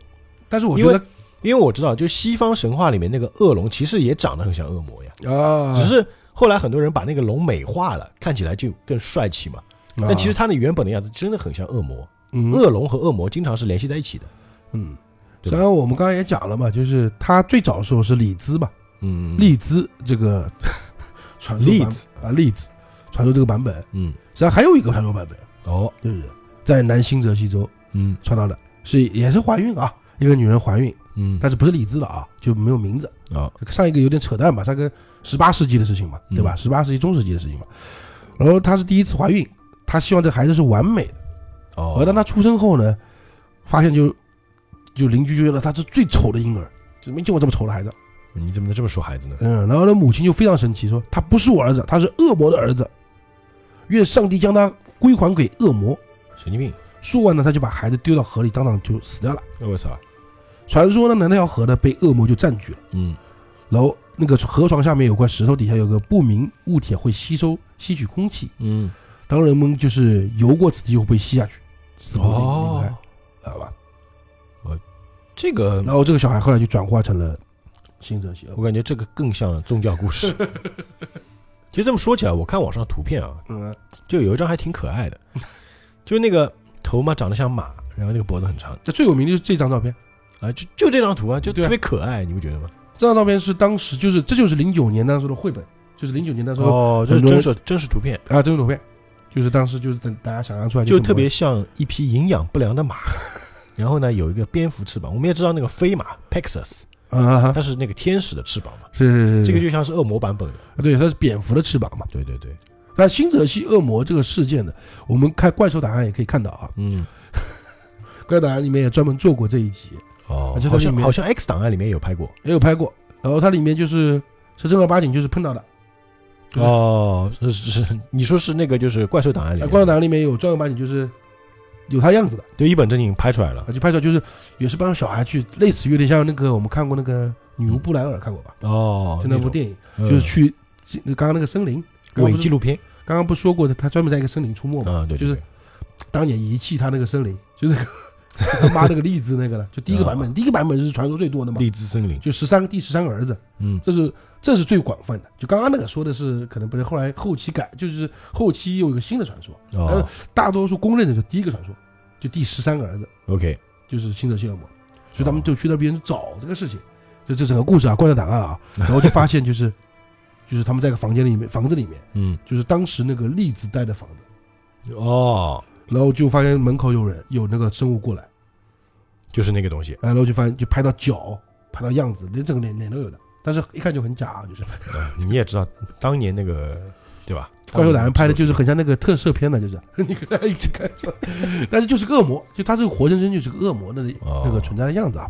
Speaker 2: 但是我
Speaker 1: 因
Speaker 2: 觉
Speaker 1: 为
Speaker 2: 得
Speaker 1: 因为我知道，就西方神话里面那个恶龙，其实也长得很像恶魔呀，
Speaker 2: 啊，
Speaker 1: 只是后来很多人把那个龙美化了，看起来就更帅气嘛。但其实
Speaker 2: 啊
Speaker 1: 它的原本的样子真的很像恶魔，
Speaker 2: 嗯
Speaker 1: 恶龙和恶魔经常是联系在一起的。
Speaker 2: 嗯，
Speaker 1: 对吧
Speaker 2: 虽然我们刚才也讲了嘛，就是他最早的时候是李兹嘛，
Speaker 1: 嗯
Speaker 2: 利兹
Speaker 1: [laughs]
Speaker 2: 这个传说版
Speaker 1: 栗子，
Speaker 2: 啊，利兹传说这个版本，实
Speaker 1: 嗯，
Speaker 2: 际上还有一个传说版本，
Speaker 1: 哦，
Speaker 2: 就是在南新泽西州
Speaker 1: 嗯
Speaker 2: 传到的，是也是怀孕啊，一个女人怀孕，
Speaker 1: 嗯，
Speaker 2: 但是不是李兹了啊，就没有名字。
Speaker 1: 哦，
Speaker 2: 上一个有点扯淡吧，上个十八世纪的事情嘛，
Speaker 1: 嗯
Speaker 2: 对吧？十八世纪中世纪的事情嘛。然后她是第一次怀孕，她希望这孩子是完美的。而
Speaker 1: 哦，
Speaker 2: 当她出生后呢，发现就就邻居就觉得她是最丑的婴儿，就没见过这么丑的孩子。
Speaker 1: 你怎么能这么说孩子呢？
Speaker 2: 嗯，然后呢，母亲就非常生气，说他不是我儿子，他是恶魔的儿子，愿上帝将他归还给恶魔。
Speaker 1: 神经病！哦
Speaker 2: 说完呢，他就把孩子丢到河里，当场就死掉了。
Speaker 1: 我操！
Speaker 2: 传说呢，那条河呢被恶魔就占据了，
Speaker 1: 嗯，
Speaker 2: 然后那个河床下面有块石头，底下有个不明物体会吸收吸取空气，
Speaker 1: 嗯，
Speaker 2: 当人们就是游过此地就会被吸下去，死不能离离开，知道吧？
Speaker 1: 哦这个
Speaker 2: 然后这个小孩后来就转化成了新泽西恶
Speaker 1: 我
Speaker 2: 魔。
Speaker 1: 感觉这个更像宗教故
Speaker 2: [laughs]
Speaker 1: 事。其实这么说起来，我看网上图片啊，
Speaker 2: 嗯
Speaker 1: 就有一张还挺可爱的， [laughs] 就那个头嘛长得像马，然后那个脖子很长
Speaker 2: 那最有名的就是这张照片，
Speaker 1: 啊，就就这张图啊，就
Speaker 2: 对啊
Speaker 1: 特别可爱，你不觉得吗？
Speaker 2: 这张照片是当时就是这就是零九年那时候的绘本，就是零九年那时候
Speaker 1: 哦，这是
Speaker 2: 很多
Speaker 1: 真
Speaker 2: 人
Speaker 1: 实真实图片，
Speaker 2: 啊，这种图片，就是当时就是等大家想象出来
Speaker 1: 就是特别像一匹营养不良的马。 [laughs] 然后呢，有一个蝙蝠翅膀，我们也知道那个飞马 Pegasus，
Speaker 2: 什么啊，
Speaker 1: 它是那个天使的翅膀嘛，
Speaker 2: 是是是
Speaker 1: 这个
Speaker 2: 就
Speaker 1: 就像是恶魔版本的。
Speaker 2: 对，它是蝙蝠的翅膀嘛。
Speaker 1: 对对对，
Speaker 2: 但新泽西恶魔这个事件呢，我们看《怪兽档案》也可以看到啊，
Speaker 1: 嗯，
Speaker 2: 《怪兽档案》里面也专门做过这一集，
Speaker 1: 哦
Speaker 2: 而且它
Speaker 1: 好像
Speaker 2: 里面
Speaker 1: 好像 X 档案里面有拍过。
Speaker 2: 也有拍过。然后它里面就是是正儿八经就是碰到的，就是
Speaker 1: 哦，是是，是你说是那个就是怪兽档案里
Speaker 2: 《
Speaker 1: 面，
Speaker 2: 啊怪兽档案》里面有正儿八经就是有他样子的，
Speaker 1: 就一本正经拍出来了
Speaker 2: 啊，。就拍出来就是也是帮小孩去，类似于有点像那个我们看过那个女巫布莱尔看过吧，
Speaker 1: 哦，
Speaker 2: 就那部
Speaker 1: 种
Speaker 2: 电影，
Speaker 1: 嗯
Speaker 2: 就是去刚刚那个森林，刚刚
Speaker 1: 伪
Speaker 2: 不是
Speaker 1: 纪录片
Speaker 2: 刚刚不是说过的，他专门在一个森林出没嘛。
Speaker 1: 啊，对，
Speaker 2: 就是
Speaker 1: 对
Speaker 2: 当年遗弃他那个森林，就那个 [laughs] 他妈那个栗子那个了，就第一个版
Speaker 1: 嗯
Speaker 2: 本，第一个版本是传说最多的
Speaker 1: 对
Speaker 2: 嘛，
Speaker 1: 荔枝森林，
Speaker 2: 就十三第十三个儿子，
Speaker 1: 嗯，
Speaker 2: 这是这是最广泛的。就刚刚那个说的是可能不是后来后期改，就是后期又有一个新的传说，
Speaker 1: 哦
Speaker 2: 大多数公认的就第一个传说，就第十三个儿子
Speaker 1: ，OK，哦
Speaker 2: 就是新泽西恶魔，所以他们嗯就去那边找这个事情，就这整个故事啊，怪盗档案啊，然后就发现就是就是他们在一个房间里面，房子里面
Speaker 1: 嗯，
Speaker 2: 就是当时那个栗子待的房子。
Speaker 1: 哦，
Speaker 2: 然后就发现门口有人，有那个生物过来，
Speaker 1: 就是那个东西，
Speaker 2: 哎，然后就发现就拍到脚，拍到样子，连整个脸脸都有的，但是一看就很假啊，就是
Speaker 1: 啊你也知道，当年那个对吧？
Speaker 2: 怪兽党人拍
Speaker 1: 当
Speaker 2: 的
Speaker 1: 年
Speaker 2: 就是很像那个特摄片的，就是
Speaker 1: [laughs]
Speaker 2: 你可以 [laughs] 看出来，但是就是个恶魔，就他这个活生生就是个恶魔的那
Speaker 1: 哦
Speaker 2: 那个存在的样子啊。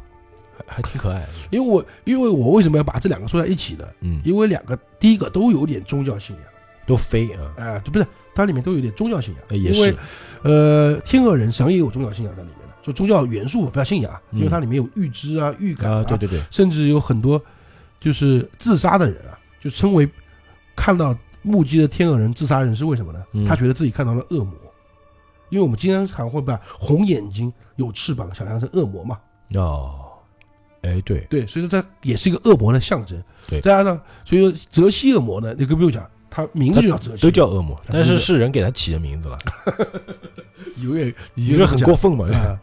Speaker 1: 还还挺可爱的。
Speaker 2: 因为我因为我为什么要把这两个说在一起呢？
Speaker 1: 嗯，
Speaker 2: 因为两个第一个都有点宗教信仰，
Speaker 1: 都飞啊，
Speaker 2: 哎、就不是它里面都有点宗教信仰，
Speaker 1: 呃也
Speaker 2: 因为
Speaker 1: 是，
Speaker 2: 呃，天鹅人实际上也有宗教信仰在里面的，就宗教元素不要信仰啊，
Speaker 1: 嗯
Speaker 2: 因为它里面有预知啊、预感
Speaker 1: 啊，对，对对，
Speaker 2: 甚至有很多就是自杀的人啊，就称为看到目击的天鹅人自杀人是为什么呢？
Speaker 1: 嗯
Speaker 2: 他觉得自己看到了恶魔，因为我们经常常会把红眼睛、有翅膀想象成恶魔嘛，
Speaker 1: 哦，哎对，
Speaker 2: 对，所以说它也是一个恶魔的象征。
Speaker 1: 对
Speaker 2: 再加上所以说泽西恶魔呢，你更不用讲，他名字就叫泽西，
Speaker 1: 都叫恶魔，但
Speaker 2: 真
Speaker 1: 是
Speaker 2: 的
Speaker 1: 是人给他起的名字
Speaker 2: [laughs]
Speaker 1: 了，
Speaker 2: 有点
Speaker 1: 你觉
Speaker 2: 有
Speaker 1: 得
Speaker 2: 点
Speaker 1: 很过分嘛？
Speaker 2: 啊、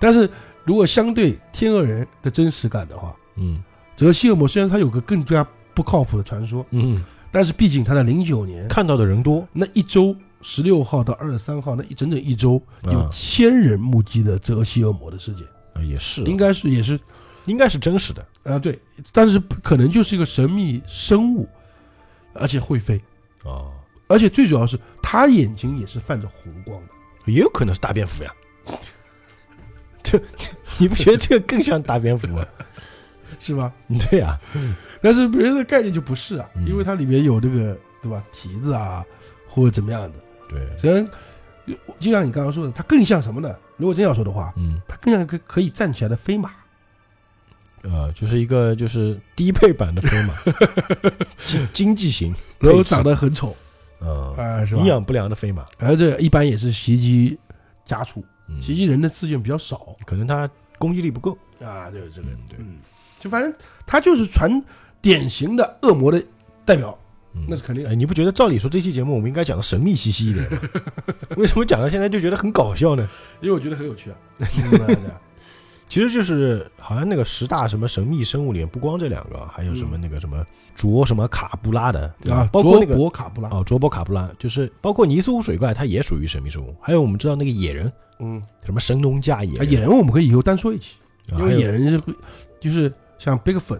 Speaker 2: 但是如果相对天鹅人的真实感的话，
Speaker 1: 嗯
Speaker 2: 泽西恶魔虽然它有个更加不靠谱的传说，
Speaker 1: 嗯，
Speaker 2: 但是毕竟他在零九年
Speaker 1: 看到的人多，
Speaker 2: 那一周，十六号到二十三号那一整整一周，
Speaker 1: 啊
Speaker 2: 有千人目击的泽西恶魔的事件，
Speaker 1: 啊也是啊，
Speaker 2: 应该是也是
Speaker 1: 应该是真实的，
Speaker 2: 啊对，但是可能就是一个神秘生物，而且会飞，
Speaker 1: 哦，
Speaker 2: 而且最主要是他眼睛也是泛着红光的。
Speaker 1: 也有可能是大蝙蝠呀。 [laughs] 这这， [laughs] 你不觉得这个更像大蝙蝠 [laughs] 吗？
Speaker 2: 是吧？
Speaker 1: 对呀、
Speaker 2: 但是别人的概念就不是啊，
Speaker 1: 嗯
Speaker 2: 因为它里面有那个对吧蹄子啊，或者怎么样的。
Speaker 1: 对，
Speaker 2: 虽然就像你刚刚说的，它更像什么呢？如果真要说的话，
Speaker 1: 嗯，
Speaker 2: 它更像一个可以站起来的飞马。
Speaker 1: 呃，就是一个就是低配版的 [laughs] 飞马，经经济型，
Speaker 2: 然后
Speaker 1: 配置
Speaker 2: 长得很丑
Speaker 1: 嗯，
Speaker 2: 啊、是吧
Speaker 1: 营？养不良的飞马，
Speaker 2: 而这一般也是袭击家畜，
Speaker 1: 嗯，
Speaker 2: 袭击人的事件比较少
Speaker 1: 可能它攻击力不够，
Speaker 2: 啊。对这
Speaker 1: 嗯对
Speaker 2: 嗯，就反正它就是传典型的恶魔的代表，
Speaker 1: 嗯
Speaker 2: 那是肯定的
Speaker 1: 哎，你不觉得照理说这期节目我们应该讲的神秘兮兮一点 [laughs] 吗？为什么讲到现在就觉得很搞笑呢？
Speaker 2: 因为我觉得很有趣 [laughs] 啊。对啊
Speaker 1: 其实就是好像那个十大什么神秘生物里面，不光这两个，还有什么那个什么卓什么卡布拉的，对吧
Speaker 2: 啊，
Speaker 1: 包括那
Speaker 2: 卓
Speaker 1: 个
Speaker 2: 博卡布拉，
Speaker 1: 哦，卓博卡布拉，就是包括尼斯湖水怪，它也属于神秘生物。还有我们知道那个野人，
Speaker 2: 嗯，
Speaker 1: 什么神农架野
Speaker 2: 啊，野人我们可以以后单说一起，
Speaker 1: 啊
Speaker 2: 因
Speaker 1: 还
Speaker 2: 为
Speaker 1: 有
Speaker 2: 野人是会，就是像 Bigfoot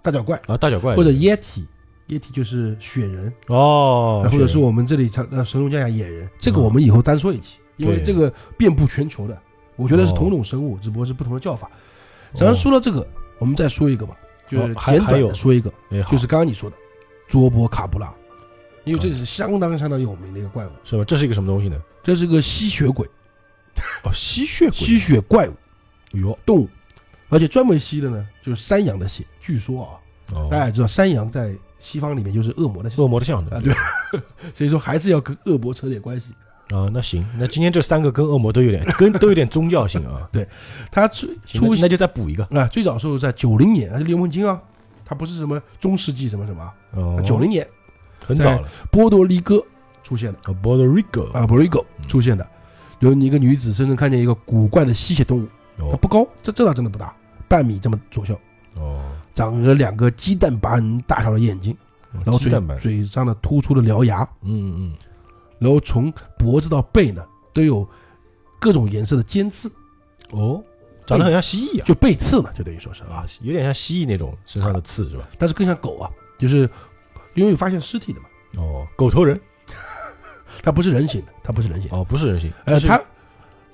Speaker 2: 大脚怪
Speaker 1: 啊大脚怪
Speaker 2: 或者 Yeti。Yeti 就是雪人，
Speaker 1: 哦，
Speaker 2: 啊或者
Speaker 1: 雪
Speaker 2: 是
Speaker 1: 人
Speaker 2: 我们这里常呃神龙架野人，这个
Speaker 1: 嗯
Speaker 2: 我们以后单说一起，因为
Speaker 1: 对
Speaker 2: 这个遍布全球的，我觉得是
Speaker 1: 哦
Speaker 2: 同种生物，只不过是不同的叫法。咱们说到这个，我们再说一个吧，就是
Speaker 1: 哦还
Speaker 2: 简
Speaker 1: 还
Speaker 2: 短
Speaker 1: 有
Speaker 2: 的说一个，
Speaker 1: 哦哎好
Speaker 2: 就是刚刚你说的卓博卡布拉，因为这是相当相当有名的一个怪物，呃
Speaker 1: 是吧？这是一个什么东西呢？
Speaker 2: 这是个吸血鬼，
Speaker 1: 哦，吸血鬼，
Speaker 2: 吸血怪物
Speaker 1: 哟，
Speaker 2: 动物，而且专门吸的呢就是山羊的血。据说啊，
Speaker 1: 哦
Speaker 2: 大家也知道山羊在西方里面就是恶魔的血，
Speaker 1: 恶魔的象征
Speaker 2: 啊对， [laughs] 所以说还是要跟恶魔扯点关系。
Speaker 1: 啊，那行，那今天这三个跟恶魔都有
Speaker 2: [laughs]
Speaker 1: 点，跟都有点宗教性啊。
Speaker 2: 他最
Speaker 1: 行
Speaker 2: 出
Speaker 1: 那那就再补一个，
Speaker 2: 啊最早时候在九零年，那是刘梦金啊，他不是什么中世纪什么什么啊，
Speaker 1: 哦，
Speaker 2: 九零年
Speaker 1: 很早了
Speaker 2: 波多黎各出现的。
Speaker 1: 啊，Puerto Rico
Speaker 2: 啊 b r i g o
Speaker 1: 嗯
Speaker 2: 出现的，有一个女子深深看见一个古怪的吸血动物，它
Speaker 1: 哦
Speaker 2: 不高，这这倒真的不大，半米这么左右，
Speaker 1: 哦，
Speaker 2: 长着两个鸡蛋般大小的眼睛，然后
Speaker 1: 哦鸡
Speaker 2: 嘴
Speaker 1: 蛋白，
Speaker 2: 嘴上的突出的獠牙，
Speaker 1: 嗯嗯
Speaker 2: 然后从脖子到背呢都有各种颜色的尖刺，
Speaker 1: 嗯，哦，长得很像蜥蜴啊，
Speaker 2: 就背刺呢，就等于说是啊
Speaker 1: 啊，，有点像蜥蜴那种身上的刺是吧？
Speaker 2: 但是更像狗啊，就是因为有发现尸体的嘛，
Speaker 1: 哦，狗头人
Speaker 2: 它不是人形的，它不是人形的，
Speaker 1: 哦，不是人形，
Speaker 2: 呃，
Speaker 1: 就是
Speaker 2: 它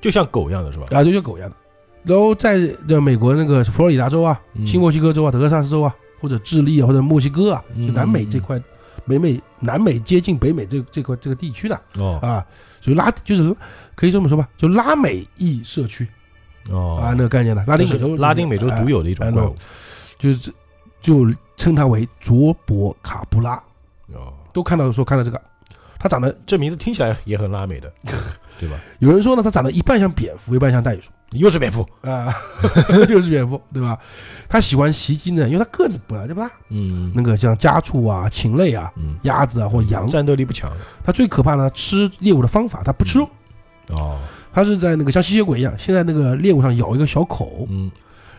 Speaker 1: 就像狗一样的是吧？
Speaker 2: 啊，就像狗一样的。然后在那美国那个佛罗里达州啊、
Speaker 1: 嗯
Speaker 2: 新墨西哥州啊、德克萨斯州啊，或者智利啊，或者墨西哥啊，
Speaker 1: 嗯
Speaker 2: 就南美这块，北美南美接近北美这这块这个地区的
Speaker 1: 哦
Speaker 2: 啊，所以拉就是可以这么说吧，就拉美裔社区
Speaker 1: 哦
Speaker 2: 啊那个概念的，
Speaker 1: 拉
Speaker 2: 拉丁美洲
Speaker 1: 拉丁美洲独
Speaker 2: 有，
Speaker 1: 有的一种怪物
Speaker 2: 哎就是这就称它为卓博卡布拉，
Speaker 1: 哦，
Speaker 2: 都看到说看到这个，它长得
Speaker 1: 这名字听起来也很拉美
Speaker 2: [laughs]
Speaker 1: 的，对吧？
Speaker 2: 有人说呢，它长得一半像蝙蝠，一半像袋鼠。
Speaker 1: 又是蝙蝠，
Speaker 2: 啊， [laughs] 就是蝙蝠，对吧？它喜欢袭击呢，因为它个子本来就不大。
Speaker 1: 嗯
Speaker 2: 那个像家畜啊、禽类啊、
Speaker 1: 嗯，
Speaker 2: 鸭子啊或羊，
Speaker 1: 战斗力不强
Speaker 2: 它最可怕呢，吃猎物的方法，它不吃肉，
Speaker 1: 哦，
Speaker 2: 它是在那个像吸血鬼一样，先在那个猎物上咬一个小口，
Speaker 1: 嗯，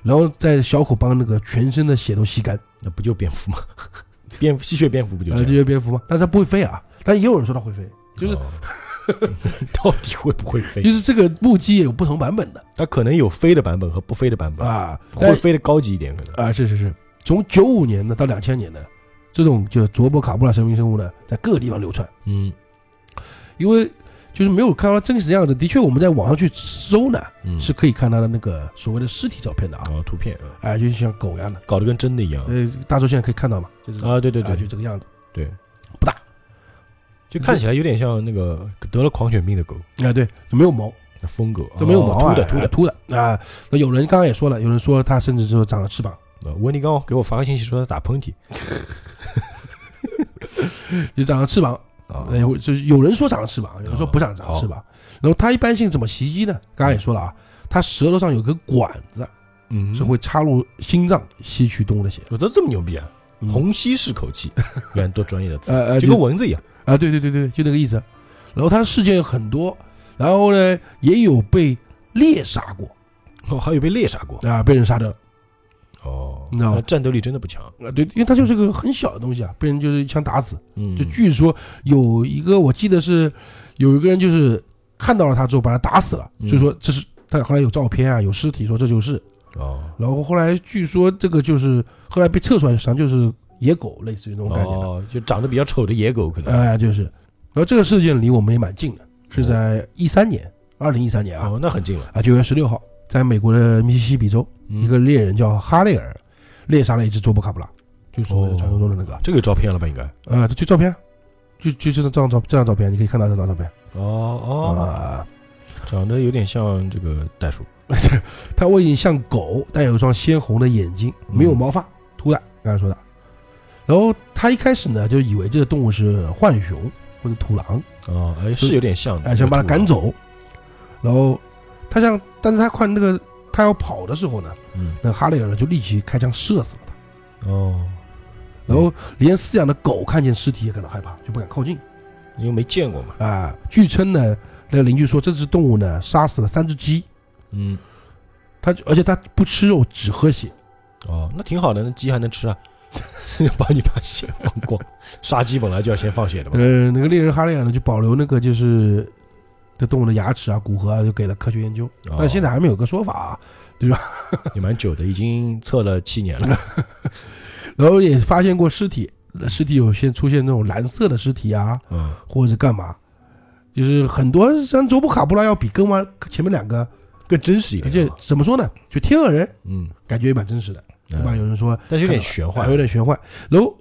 Speaker 2: 然后在小口帮那个全身的血都吸干，
Speaker 1: 那不就蝙蝠吗？ [laughs] 蝙蝠吸血蝙蝠不就
Speaker 2: 呃，
Speaker 1: 这
Speaker 2: 这
Speaker 1: 样？
Speaker 2: 些蝙蝠嘛，但是它不会飞啊，但也有人说它会飞，就是 [laughs]
Speaker 1: 哦 [laughs] 到底会不会飞
Speaker 2: 就？是这个目击也有不同版本的
Speaker 1: 它可能有飞的版本和不飞的版本，
Speaker 2: 啊，但
Speaker 1: 会飞的高级一点可能。
Speaker 2: 啊，是是是，从九五年呢到两千年呢，这种就是卓博卡布拉神秘生物呢，在各个地方流传。
Speaker 1: 嗯
Speaker 2: 因为就是没有看到真实样子。的确，我们在网上去搜呢，
Speaker 1: 嗯，
Speaker 2: 是可以看他的那个所谓的尸体照片的啊，
Speaker 1: 搞图片，嗯
Speaker 2: 哎，就像狗一样的。
Speaker 1: 搞得跟真的一样
Speaker 2: 呃，大周现在可以看到嘛？就是
Speaker 1: 啊！嗯对对
Speaker 2: 啊
Speaker 1: 对
Speaker 2: 就这个样子。
Speaker 1: 对，
Speaker 2: 不大，
Speaker 1: 就看起来有点像那个得了狂犬病的狗，
Speaker 2: 啊，对，就没有毛，
Speaker 1: 那疯狗
Speaker 2: 都没有毛
Speaker 1: 哦
Speaker 2: 啊，
Speaker 1: 秃的秃
Speaker 2: 哎
Speaker 1: 的。
Speaker 2: 秃的啊。那有人刚刚也说了，有人说它甚至就长了翅膀，
Speaker 1: 呃温迪刚给我发个信息说他打喷嚏
Speaker 2: 就长了翅膀，
Speaker 1: 啊，
Speaker 2: 哎，会就是有人说长了翅
Speaker 1: 哦
Speaker 2: 膀，有人说不长长翅膀。然后它一般性怎么袭击呢？刚刚也说了啊，它舌头上有根管子，
Speaker 1: 嗯
Speaker 2: 是会插入心脏吸取动物的血。
Speaker 1: 有的这么牛逼啊！
Speaker 2: 嗯
Speaker 1: 虹吸式口
Speaker 2: [laughs]
Speaker 1: 气，原来多专业的词，
Speaker 2: 呃呃，
Speaker 1: 就
Speaker 2: 就
Speaker 1: 跟蚊子一样。
Speaker 2: 啊，对对对对，就那个意思。然后它事件有很多，然后呢也有被猎杀过
Speaker 1: 哦，还有被猎杀过
Speaker 2: 啊，被人杀掉了。
Speaker 1: 哦，
Speaker 2: No
Speaker 1: 那战斗力真的不强。
Speaker 2: 啊，对，因为它就是个很小的东西啊，被人就是一枪打死。
Speaker 1: 嗯
Speaker 2: 就据说有一个，我记得是有一个人就是看到了他之后把他打死了，
Speaker 1: 嗯
Speaker 2: 所以说这是他后来有照片啊，有尸体说这就是。
Speaker 1: 哦
Speaker 2: 然后后来据说这个就是后来被测出来，实际上就是野狗，类似于那种感觉的。
Speaker 1: 哦，就长得比较丑的野狗可能。
Speaker 2: 哎，就是。然后这个事件离我们也蛮近的，是在一三年，二零一三年啊
Speaker 1: 哦，那很近了。嗯
Speaker 2: 啊九月十六号，在美国的密西西比州，
Speaker 1: 一
Speaker 2: 一个猎人叫哈雷尔，猎杀了一只卓布卡布拉，就是我们传说中的那个。
Speaker 1: 这个有照片了吧？应该。
Speaker 2: 呃，就照片，就就就这张照这张照片，你可以看到这张照片。
Speaker 1: 哦哦，
Speaker 2: 啊，
Speaker 1: 长得有点像这个袋鼠。
Speaker 2: 它外形像狗，但有一双鲜红的眼睛，没有毛发，秃的。刚才说的。然后他一开始呢，就以为这个动物是浣熊或者土狼，
Speaker 1: 哦，哎，是有点像的。
Speaker 2: 哎，想把它赶
Speaker 1: 走。
Speaker 2: 走。然后他想，但是他快那个他要跑的时候呢，
Speaker 1: 嗯，
Speaker 2: 那哈雷尔呢就立即开枪射死了他。
Speaker 1: 哦，
Speaker 2: 然后连饲养的狗看见尸体也感到害怕，就不敢靠近
Speaker 1: 因为没见过嘛。
Speaker 2: 啊。据称呢，那个邻居说这只动物呢杀死了三只鸡，
Speaker 1: 嗯，
Speaker 2: 它就而且它不吃肉，只喝血。
Speaker 1: 哦，那挺好的，那鸡还能吃啊， [laughs] 把你把血放光。杀鸡本来就要先放血的嘛。
Speaker 2: 呃，那个猎人哈雷尔呢，就保留那个就是这动物的牙齿啊、骨骼啊，就给了科学研究。
Speaker 1: 哦
Speaker 2: 但呃现在还没有个说法啊。
Speaker 1: 也蛮久的，已经测了七年
Speaker 2: [laughs]
Speaker 1: 了。
Speaker 2: 然后也发现过尸体，呃尸体有些出现那种蓝色的尸体啊，
Speaker 1: 嗯，
Speaker 2: 或者是干嘛，就是很多像卓布卡布拉要比跟完前面两个，
Speaker 1: 更真实一
Speaker 2: 而且
Speaker 1: 点啊。
Speaker 2: 怎么说呢，就天鹅人
Speaker 1: 嗯，
Speaker 2: 感觉也蛮真实的，对吧？
Speaker 1: 嗯
Speaker 2: 有人说
Speaker 1: 但是有点玄
Speaker 2: 还
Speaker 1: 幻
Speaker 2: 有。点玄幻。然后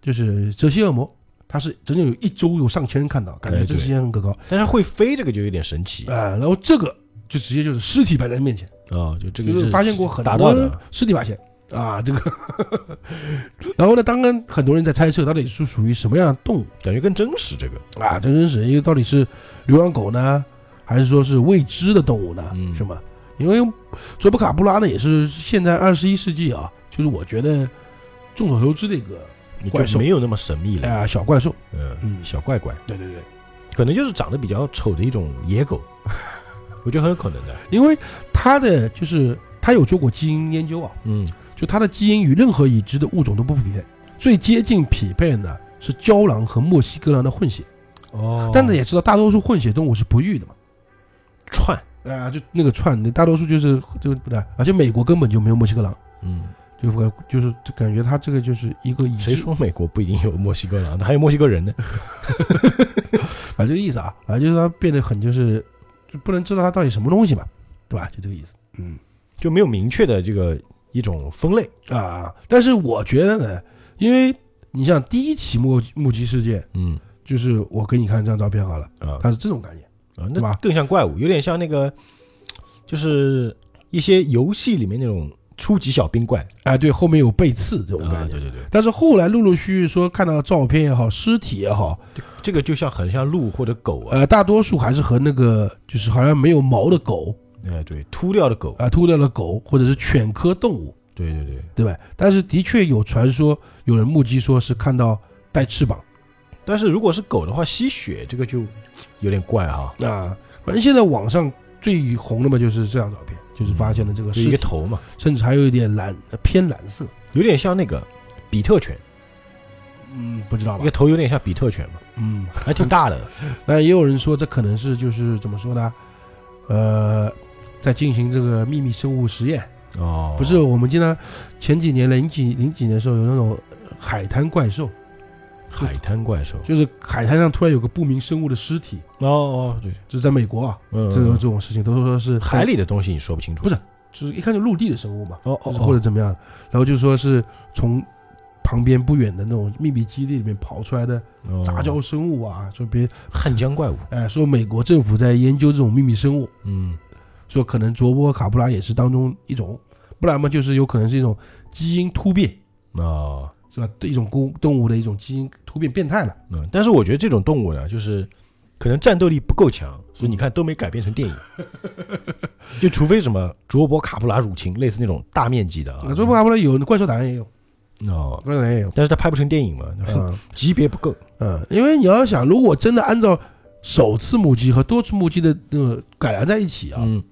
Speaker 2: 就是泽西恶魔，它是整整有一周有上千人看到，感觉
Speaker 1: 哎
Speaker 2: 这
Speaker 1: 对
Speaker 2: 个时间很可靠啊、
Speaker 1: 但是会飞这个就有点神奇啊、
Speaker 2: 然后这个就直接就是尸体摆在面前。
Speaker 1: 哦就这个
Speaker 2: 就是
Speaker 1: 是
Speaker 2: 发现过很
Speaker 1: 达到
Speaker 2: 多
Speaker 1: 的，
Speaker 2: 尸体发现啊，这个。 [laughs] 然后呢，当然很多人在猜测到底是属于什么样的动物
Speaker 1: 感觉更真实。这个
Speaker 2: 啊，真真实，因为到底是流浪狗呢，还是说是未知的动物呢？
Speaker 1: 嗯
Speaker 2: 什么？因为卓布卡布拉呢，也是现在二十一世纪啊，就是我觉得众所周知的一个
Speaker 1: 你
Speaker 2: 怪
Speaker 1: 就
Speaker 2: 兽
Speaker 1: 没有那么神秘了。
Speaker 2: 啊、小怪兽。
Speaker 1: 嗯，
Speaker 2: 嗯
Speaker 1: 小怪怪，
Speaker 2: 对对对，
Speaker 1: 可能就是长得比较丑的一种野 [laughs] 狗，我觉得很有可能的。
Speaker 2: 因为它的就是它有做过基因研究啊，
Speaker 1: 嗯，
Speaker 2: 就它的基因与任何已知的物种都不匹配，最接近匹配呢是郊狼和墨西哥狼的混血，
Speaker 1: 哦
Speaker 2: 但是也知道大多数混血动物是不育的嘛，
Speaker 1: 串，
Speaker 2: 啊、就那个串，那大多数就是就不对，而且美国根本就没有墨西哥狼，
Speaker 1: 嗯，
Speaker 2: 就就是就感觉它这个就是一个已知
Speaker 1: 谁说美国不一定有墨西哥狼的？还有墨西哥人呢？
Speaker 2: 反正这个意思啊，反正就是它变得很就是就不能知道它到底什么东西嘛，对吧？就这个意思，嗯
Speaker 1: [laughs] 就没有明确的这个一种分类。
Speaker 2: 啊，但是我觉得呢，因为你像第一起目目击事件，
Speaker 1: 嗯
Speaker 2: 就是我给你看这张照片好了，
Speaker 1: 啊
Speaker 2: 它是这种概念。
Speaker 1: 啊，
Speaker 2: 对
Speaker 1: 那
Speaker 2: 吧
Speaker 1: 更像怪物，有点像那个，就是一些游戏里面那种初级小兵怪
Speaker 2: 哎，对，后面有背刺这种
Speaker 1: 啊，
Speaker 2: 感觉。
Speaker 1: 对对对，
Speaker 2: 但是后来陆陆续续说看到照片也好，尸体也好，
Speaker 1: 这个就像很像鹿或者狗啊，
Speaker 2: 呃，大多数还是和那个就是好像没有毛的狗
Speaker 1: 哎对，秃掉的狗，
Speaker 2: 啊、秃掉的狗或者是犬科动物，
Speaker 1: 对对对，
Speaker 2: 对吧？但是的确有传说，有人目击说是看到带翅膀
Speaker 1: 但是如果是狗的话，吸血这个就有点怪哈、
Speaker 2: 啊。反正现在网上最红的嘛就是这张照片，就是发现了这个
Speaker 1: 就
Speaker 2: 尸
Speaker 1: 一个
Speaker 2: 体，
Speaker 1: 头嘛，
Speaker 2: 甚至还有一点蓝呃偏蓝色，
Speaker 1: 有点像那个比特犬，
Speaker 2: 嗯，不知道
Speaker 1: 那
Speaker 2: 吧
Speaker 1: 个？头有点像比特犬嘛，
Speaker 2: 嗯，
Speaker 1: 还挺大的。
Speaker 2: 那也有人说，这可能是就是怎么说呢？呃，在进行这个秘密生物实验，
Speaker 1: 哦，
Speaker 2: 不是我们经常前几年零几零几年的时候有那种海滩怪兽，
Speaker 1: 海滩怪兽。
Speaker 2: 就是海滩上突然有个不明生物的尸体，
Speaker 1: 哦哦，对，
Speaker 2: 就是在美国啊，
Speaker 1: 嗯，
Speaker 2: 这种这种事情都说是
Speaker 1: 海，里的东西你说不清楚，
Speaker 2: 不是就是一看就陆地的生物嘛，
Speaker 1: 哦哦
Speaker 2: 或者
Speaker 1: 哦，
Speaker 2: 怎么样，然后就说是从旁边不远的那种秘密基地里面跑出来的
Speaker 1: 哦
Speaker 2: 杂交生物啊，说别
Speaker 1: 汉江怪物，
Speaker 2: 哎说美国政府在研究这种秘密生物，
Speaker 1: 嗯
Speaker 2: 说可能卓波卡布拉也是当中一种，不然嘛就是有可能是一种基因突变，
Speaker 1: 啊
Speaker 2: 是吧？对一种公动物的一种基因突变变态了。
Speaker 1: 嗯，但是我觉得这种动物呢，就是可能战斗力不够强，所以你看都没改编成电影，就除非什么卓博卡布拉入侵，类似那种大面积的啊
Speaker 2: 啊，卓波卡布拉有怪兽党也有，
Speaker 1: 哦，
Speaker 2: 怪兽党
Speaker 1: [laughs]
Speaker 2: 也有。
Speaker 1: 但是他拍不成电影嘛，
Speaker 2: 嗯
Speaker 1: [laughs] 级别不够，
Speaker 2: 嗯，因为你要想，如果真的按照首次母鸡和多次母鸡的那个改良在一起啊，
Speaker 1: 嗯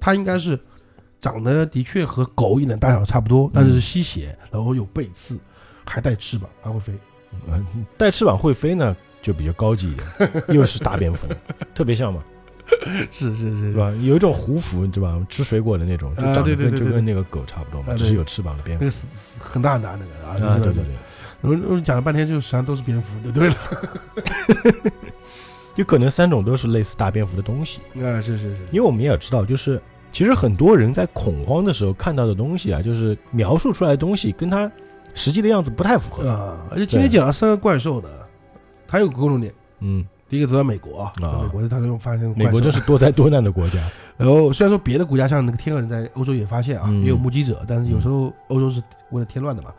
Speaker 2: 它应该是长得的确和狗一样大小差不
Speaker 1: 嗯
Speaker 2: 多，但是是吸血，然后有背刺，还带翅膀，还
Speaker 1: [laughs]
Speaker 2: 会飞。
Speaker 1: 嗯，带翅膀会飞呢就比较高级一
Speaker 2: [laughs]
Speaker 1: 点，又是大蝙蝠，特别像嘛，
Speaker 2: 是是
Speaker 1: 对？
Speaker 2: 是
Speaker 1: 吧？有一种胡服，你知道吧？吃水果的那种，就
Speaker 2: 啊
Speaker 1: 长
Speaker 2: 对
Speaker 1: 得
Speaker 2: 对
Speaker 1: 跟
Speaker 2: 对
Speaker 1: 就
Speaker 2: 对
Speaker 1: 跟那个狗差不多嘛，
Speaker 2: 啊
Speaker 1: 只是
Speaker 2: 对嗯
Speaker 1: 有翅膀的蝙
Speaker 2: 那
Speaker 1: 蝠
Speaker 2: 个死死很大很大那个
Speaker 1: 啊，对对对。，
Speaker 2: 我我讲了半天，就实际上都是蝙蝠，对对了。
Speaker 1: 有可能三种都是类似大蝙蝠的东西，
Speaker 2: 啊，是是是，
Speaker 1: 因为我们也知道，就是其实很多人在恐慌的时候看到的东西啊，就是描述出来的东西跟他实际的样子不太符合。
Speaker 2: 啊，而且今天讲了三个怪兽呢，它有个共同点，
Speaker 1: 嗯，
Speaker 2: 第一个都在美国啊，
Speaker 1: 啊
Speaker 2: 美国它都发现
Speaker 1: 美
Speaker 2: 怪啊兽
Speaker 1: 国真是多灾多难的
Speaker 2: [laughs]
Speaker 1: 国家。
Speaker 2: 然后虽然说别的国家像那个天鹅人在欧洲也发现啊，
Speaker 1: 嗯
Speaker 2: 也有目击者，但是有时候欧洲是为了添乱的
Speaker 1: [laughs]
Speaker 2: 嘛，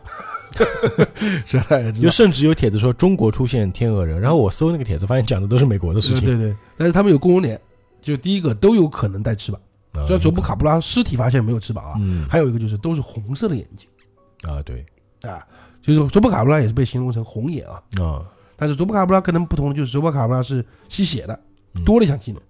Speaker 2: 是吧？也知
Speaker 1: 就
Speaker 2: 道
Speaker 1: 甚至有帖子说中国出现天鹅人，然后我搜那个帖子，发现讲的都是美国的事情。
Speaker 2: 对对，但是他们有共同点，就第一个都有可能带翅膀，
Speaker 1: 啊
Speaker 2: 虽然卓布卡，布拉尸体发现没有翅膀啊，
Speaker 1: 嗯，
Speaker 2: 还有一个就是都是红色的眼睛
Speaker 1: 啊对
Speaker 2: 啊，就是卓布卡布拉也是被形容成红眼啊，
Speaker 1: 啊，
Speaker 2: 但是卓布卡布拉跟他们不同的就是卓布卡布拉是吸血的
Speaker 1: 嗯，
Speaker 2: 多了一项技能，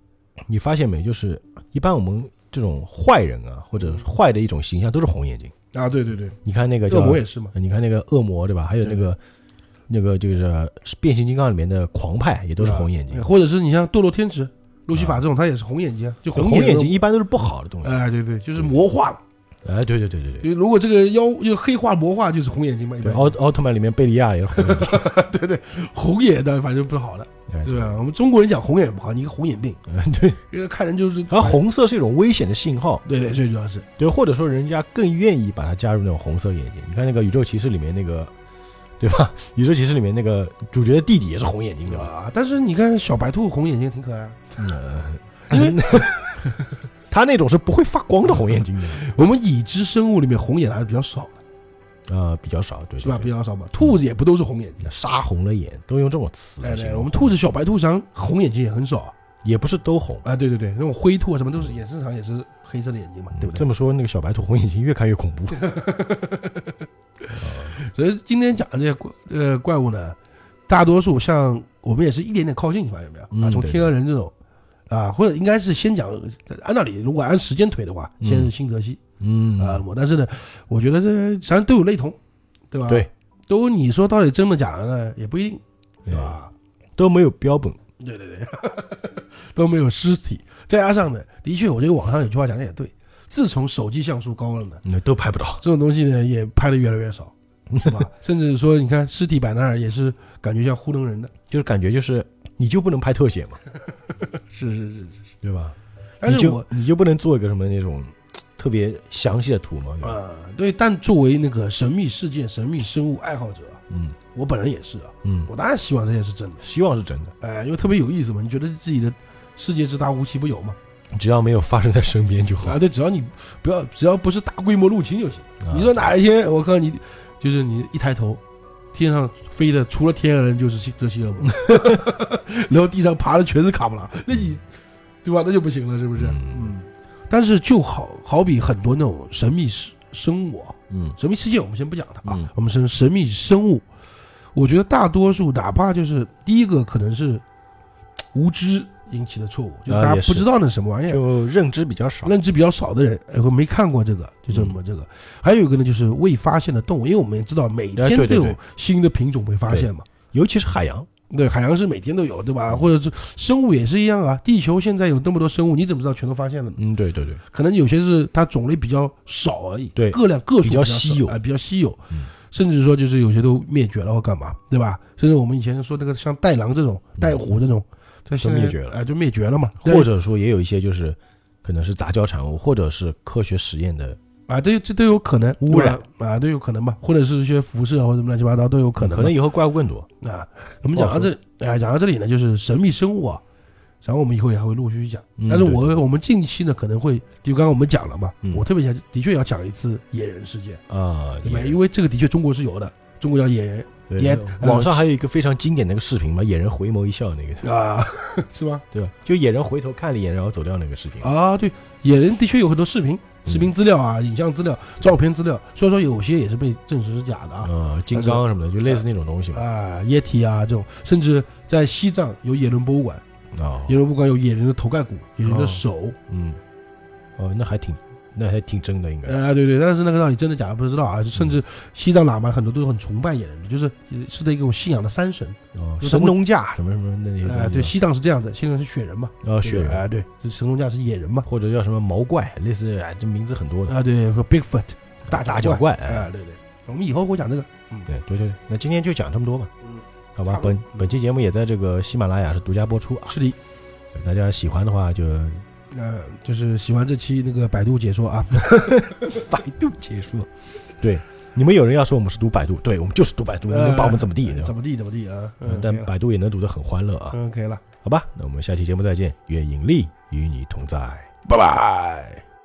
Speaker 1: 你发现没？就是一般我们这种坏人啊，或
Speaker 2: 嗯
Speaker 1: 者坏的一种形象都是红眼睛。
Speaker 2: 啊，对对对，
Speaker 1: 你看那个叫
Speaker 2: 恶魔也是嘛，
Speaker 1: 你看那个恶魔对吧？还有那个那个就是变形金刚里面的狂派也都是红眼睛
Speaker 2: 啊，或者是你像堕落天使路西法这种，他也是红眼睛啊，就
Speaker 1: 就哦红
Speaker 2: 眼
Speaker 1: 眼睛，一般都是不好的东西。
Speaker 2: 哎，对对，就是魔化了。
Speaker 1: 哎，对对对对对。
Speaker 2: 就如果这个妖就黑化魔化，就是红眼睛嘛，一
Speaker 1: 对哦
Speaker 2: 般
Speaker 1: 奥奥特曼里面贝利亚也是红眼睛，
Speaker 2: 对对，红眼的反正不好的，
Speaker 1: 哎
Speaker 2: 对啊吧？我们中国人讲红眼不好，你一个红眼病，
Speaker 1: 哎对。 [laughs]
Speaker 2: 因为看人就是
Speaker 1: 然后，红色是一种危险的信号，
Speaker 2: 对对，最主要是
Speaker 1: 对，或者说人家更愿意把它加入那种红色眼睛。你看那个宇宙骑士里面那个，对吧？宇宙骑士里面那个主角的弟弟也是红眼睛，对吧？
Speaker 2: 啊。但是你看小白兔红眼睛挺可爱啊，
Speaker 1: 嗯，因为他那种是不会发光的红眼睛的，
Speaker 2: 我们已知生物里面红眼还是比较少的，
Speaker 1: 呃，比较少，对，
Speaker 2: 嗯是吧？
Speaker 1: 对
Speaker 2: 比较少吧。兔子也不都是红眼睛。
Speaker 1: 杀红了眼，都用这种词
Speaker 2: 哎，
Speaker 1: 来形
Speaker 2: 对，
Speaker 1: 容。
Speaker 2: 我们兔子小白兔上红眼睛也很少
Speaker 1: 也不是都红，
Speaker 2: 啊。对对对，那种灰兔啊什么都是，也正常也是黑色的眼睛嘛，对不
Speaker 1: 嗯
Speaker 2: 对
Speaker 1: 这？么说，那个小白兔红眼睛越看越
Speaker 2: [laughs]
Speaker 1: 恐怖。
Speaker 2: 所以今天讲的这些怪呃怪物呢，大多数像我们也是一点点靠近，你发现没有？
Speaker 1: 嗯
Speaker 2: 啊，从
Speaker 1: 对
Speaker 2: 天鹅人这种，啊，或者应该是先讲，呃按道理如果按时间推的话，
Speaker 1: 嗯
Speaker 2: 先是新泽西
Speaker 1: 嗯
Speaker 2: 啊，我、但是呢，我觉得这实际上都有类同，对吧？
Speaker 1: 对，
Speaker 2: 都你说到底真的假的呢，也不一定，
Speaker 1: 对
Speaker 2: 对吧？
Speaker 1: 都没有标本。
Speaker 2: 对对对， [laughs] 都没有尸体，再加上呢，的确，我觉得网上有句话讲的也对，自从手机像素高了呢，
Speaker 1: 嗯，都拍不到。
Speaker 2: 这种东西呢也拍的越来越 [laughs] 少，是吧？甚至说，你看尸体摆那儿也是感觉像糊弄人的，
Speaker 1: 就是感觉就是你就不能拍特写嘛，
Speaker 2: 是是是。
Speaker 1: 对吧？
Speaker 2: 但
Speaker 1: 你
Speaker 2: 是我
Speaker 1: 就你就不能做一个什么那种特别详细的图嘛？对吧
Speaker 2: 啊、对，但作为那个神秘事件、神秘生物爱好者，
Speaker 1: 嗯
Speaker 2: 我本人也是啊，
Speaker 1: 嗯，
Speaker 2: 我当然希望这些是真的，
Speaker 1: 希望是真的，
Speaker 2: 哎、因为特别有意思嘛，你觉得自己的世界之大无奇不有嘛？
Speaker 1: 只要没有发生在身边就好。
Speaker 2: 啊，对，只要你不要，只要不是大规模入侵就行。
Speaker 1: 啊
Speaker 2: 你说哪一天，我看你，就是你一抬头，天上飞的除了天鹅人就是泽西恶魔， [laughs] 然后地上爬的全是卡布拉，那你对吧？那就不行了，是不是？
Speaker 1: 嗯，
Speaker 2: 但是就好好比很多那种神秘生生物啊，
Speaker 1: 嗯
Speaker 2: 神秘世界我们先不讲它啊，
Speaker 1: 嗯
Speaker 2: 我们是神秘生物，我觉得大多数哪怕就是第一个可能是无知引起的错误，就
Speaker 1: 啊
Speaker 2: 大家
Speaker 1: 也
Speaker 2: 不
Speaker 1: 是
Speaker 2: 知道那什么玩意儿。
Speaker 1: 就认知比较少。
Speaker 2: 认知比较少的人，呃，没看过这个，就这
Speaker 1: 嗯
Speaker 2: 么这个。还有一个呢，就是未发现的动物，因为我们也知道每
Speaker 1: 哎
Speaker 2: 天
Speaker 1: 对对
Speaker 2: 都有
Speaker 1: 对
Speaker 2: 新的品种被发现嘛。
Speaker 1: 尤其是海洋，
Speaker 2: 对，海洋是每天都有，对吧？或者是生物也是一样啊。地球现在有那么多生物，你怎么知道全都发现了呢？
Speaker 1: 嗯，对对对，
Speaker 2: 可能有些是它种类比较少而已，
Speaker 1: 对
Speaker 2: 个量个数
Speaker 1: 比较
Speaker 2: 少
Speaker 1: 稀有
Speaker 2: 啊，比较稀有
Speaker 1: 嗯。
Speaker 2: 甚至说就是有些都灭绝了或干嘛，对吧？甚至我们以前说那个像带狼这种、带虎这种，它现在
Speaker 1: 嗯灭绝了
Speaker 2: 哎，就灭绝了嘛。
Speaker 1: 或者说也有一些就是可能是杂交产物，或者是科学实验的，
Speaker 2: 啊，这这都有可能
Speaker 1: 污染
Speaker 2: 对吧啊，都有可能吧，或者是一些辐射啊或者什么乱七八糟都有可能吧。
Speaker 1: 可能以后怪物更多。
Speaker 2: 啊，我们讲到这啊，讲到这里呢，就是神秘生物啊，然后我们以后也还会陆续去讲。
Speaker 1: 嗯
Speaker 2: 但是
Speaker 1: 对
Speaker 2: 我我们近期呢可能会，就刚刚我们讲了嘛，
Speaker 1: 嗯
Speaker 2: 我特别想的确要讲一次野人事件，
Speaker 1: 啊，
Speaker 2: 对吧？
Speaker 1: 野
Speaker 2: 因为这个的确中国是有的，中国叫野人
Speaker 1: 对
Speaker 2: 野
Speaker 1: 网上还有一个非常经典的那个视频嘛，野人回眸一笑那个， [laughs]
Speaker 2: 啊，是吧？
Speaker 1: 对吧？就野人回头看了一眼，然后走掉那个视频。
Speaker 2: 啊，对，野人的确有很多视频、
Speaker 1: 嗯
Speaker 2: 视频资料啊、影像资料、照片资料，虽然说有些也是被证实是假的啊，
Speaker 1: 啊，金刚什么的，就类似那种东西嘛。
Speaker 2: 啊，液体啊这种，甚至在西藏有野人博物馆，
Speaker 1: 啊，
Speaker 2: 野人博物馆有野人的头盖骨、野人的
Speaker 1: 哦
Speaker 2: 手。
Speaker 1: 嗯，哦，那还挺，那还挺真的，应该。
Speaker 2: 啊、对对，但是那个到底真的假的不知道啊。甚至西藏喇嘛很多都很崇拜野人的，就是呃是的一种信仰的山神。
Speaker 1: 哦，
Speaker 2: 就是
Speaker 1: 神
Speaker 2: 会
Speaker 1: 农架什么什么那些
Speaker 2: 哎、对，
Speaker 1: 东西
Speaker 2: 西藏是这样的，西藏是雪人嘛，
Speaker 1: 嘛。啊，雪
Speaker 2: 啊、
Speaker 1: 人
Speaker 2: 对，这神农架是野人嘛，
Speaker 1: 或者叫什么毛怪，类似哎，这名字很多的。
Speaker 2: 啊、对，和 Bigfoot 大
Speaker 1: 大
Speaker 2: 脚
Speaker 1: 脚怪哎
Speaker 2: 啊、对对，我们以后会讲这个。嗯，
Speaker 1: 对对对，那今天就讲这么多吧。
Speaker 2: 嗯，
Speaker 1: 好
Speaker 2: 差
Speaker 1: 吧，
Speaker 2: 不多
Speaker 1: 本本期节目也在这个喜马拉雅是独家播出啊，
Speaker 2: 是的，
Speaker 1: 对大家喜欢的话就
Speaker 2: 呃，就是喜欢这期那个百度解说啊，
Speaker 1: 百度解说。对，你们有人要说我们是读百度，对我们就是读百度，你们把我们怎么地？对吧
Speaker 2: [laughs] 怎么地怎么地啊？
Speaker 1: 嗯
Speaker 2: 嗯，
Speaker 1: 但
Speaker 2: 可以了
Speaker 1: 百度也能读得很欢乐啊。
Speaker 2: 嗯可以了，
Speaker 1: 好吧，那我们下期节目再见，愿引力与你同在。
Speaker 2: 拜拜。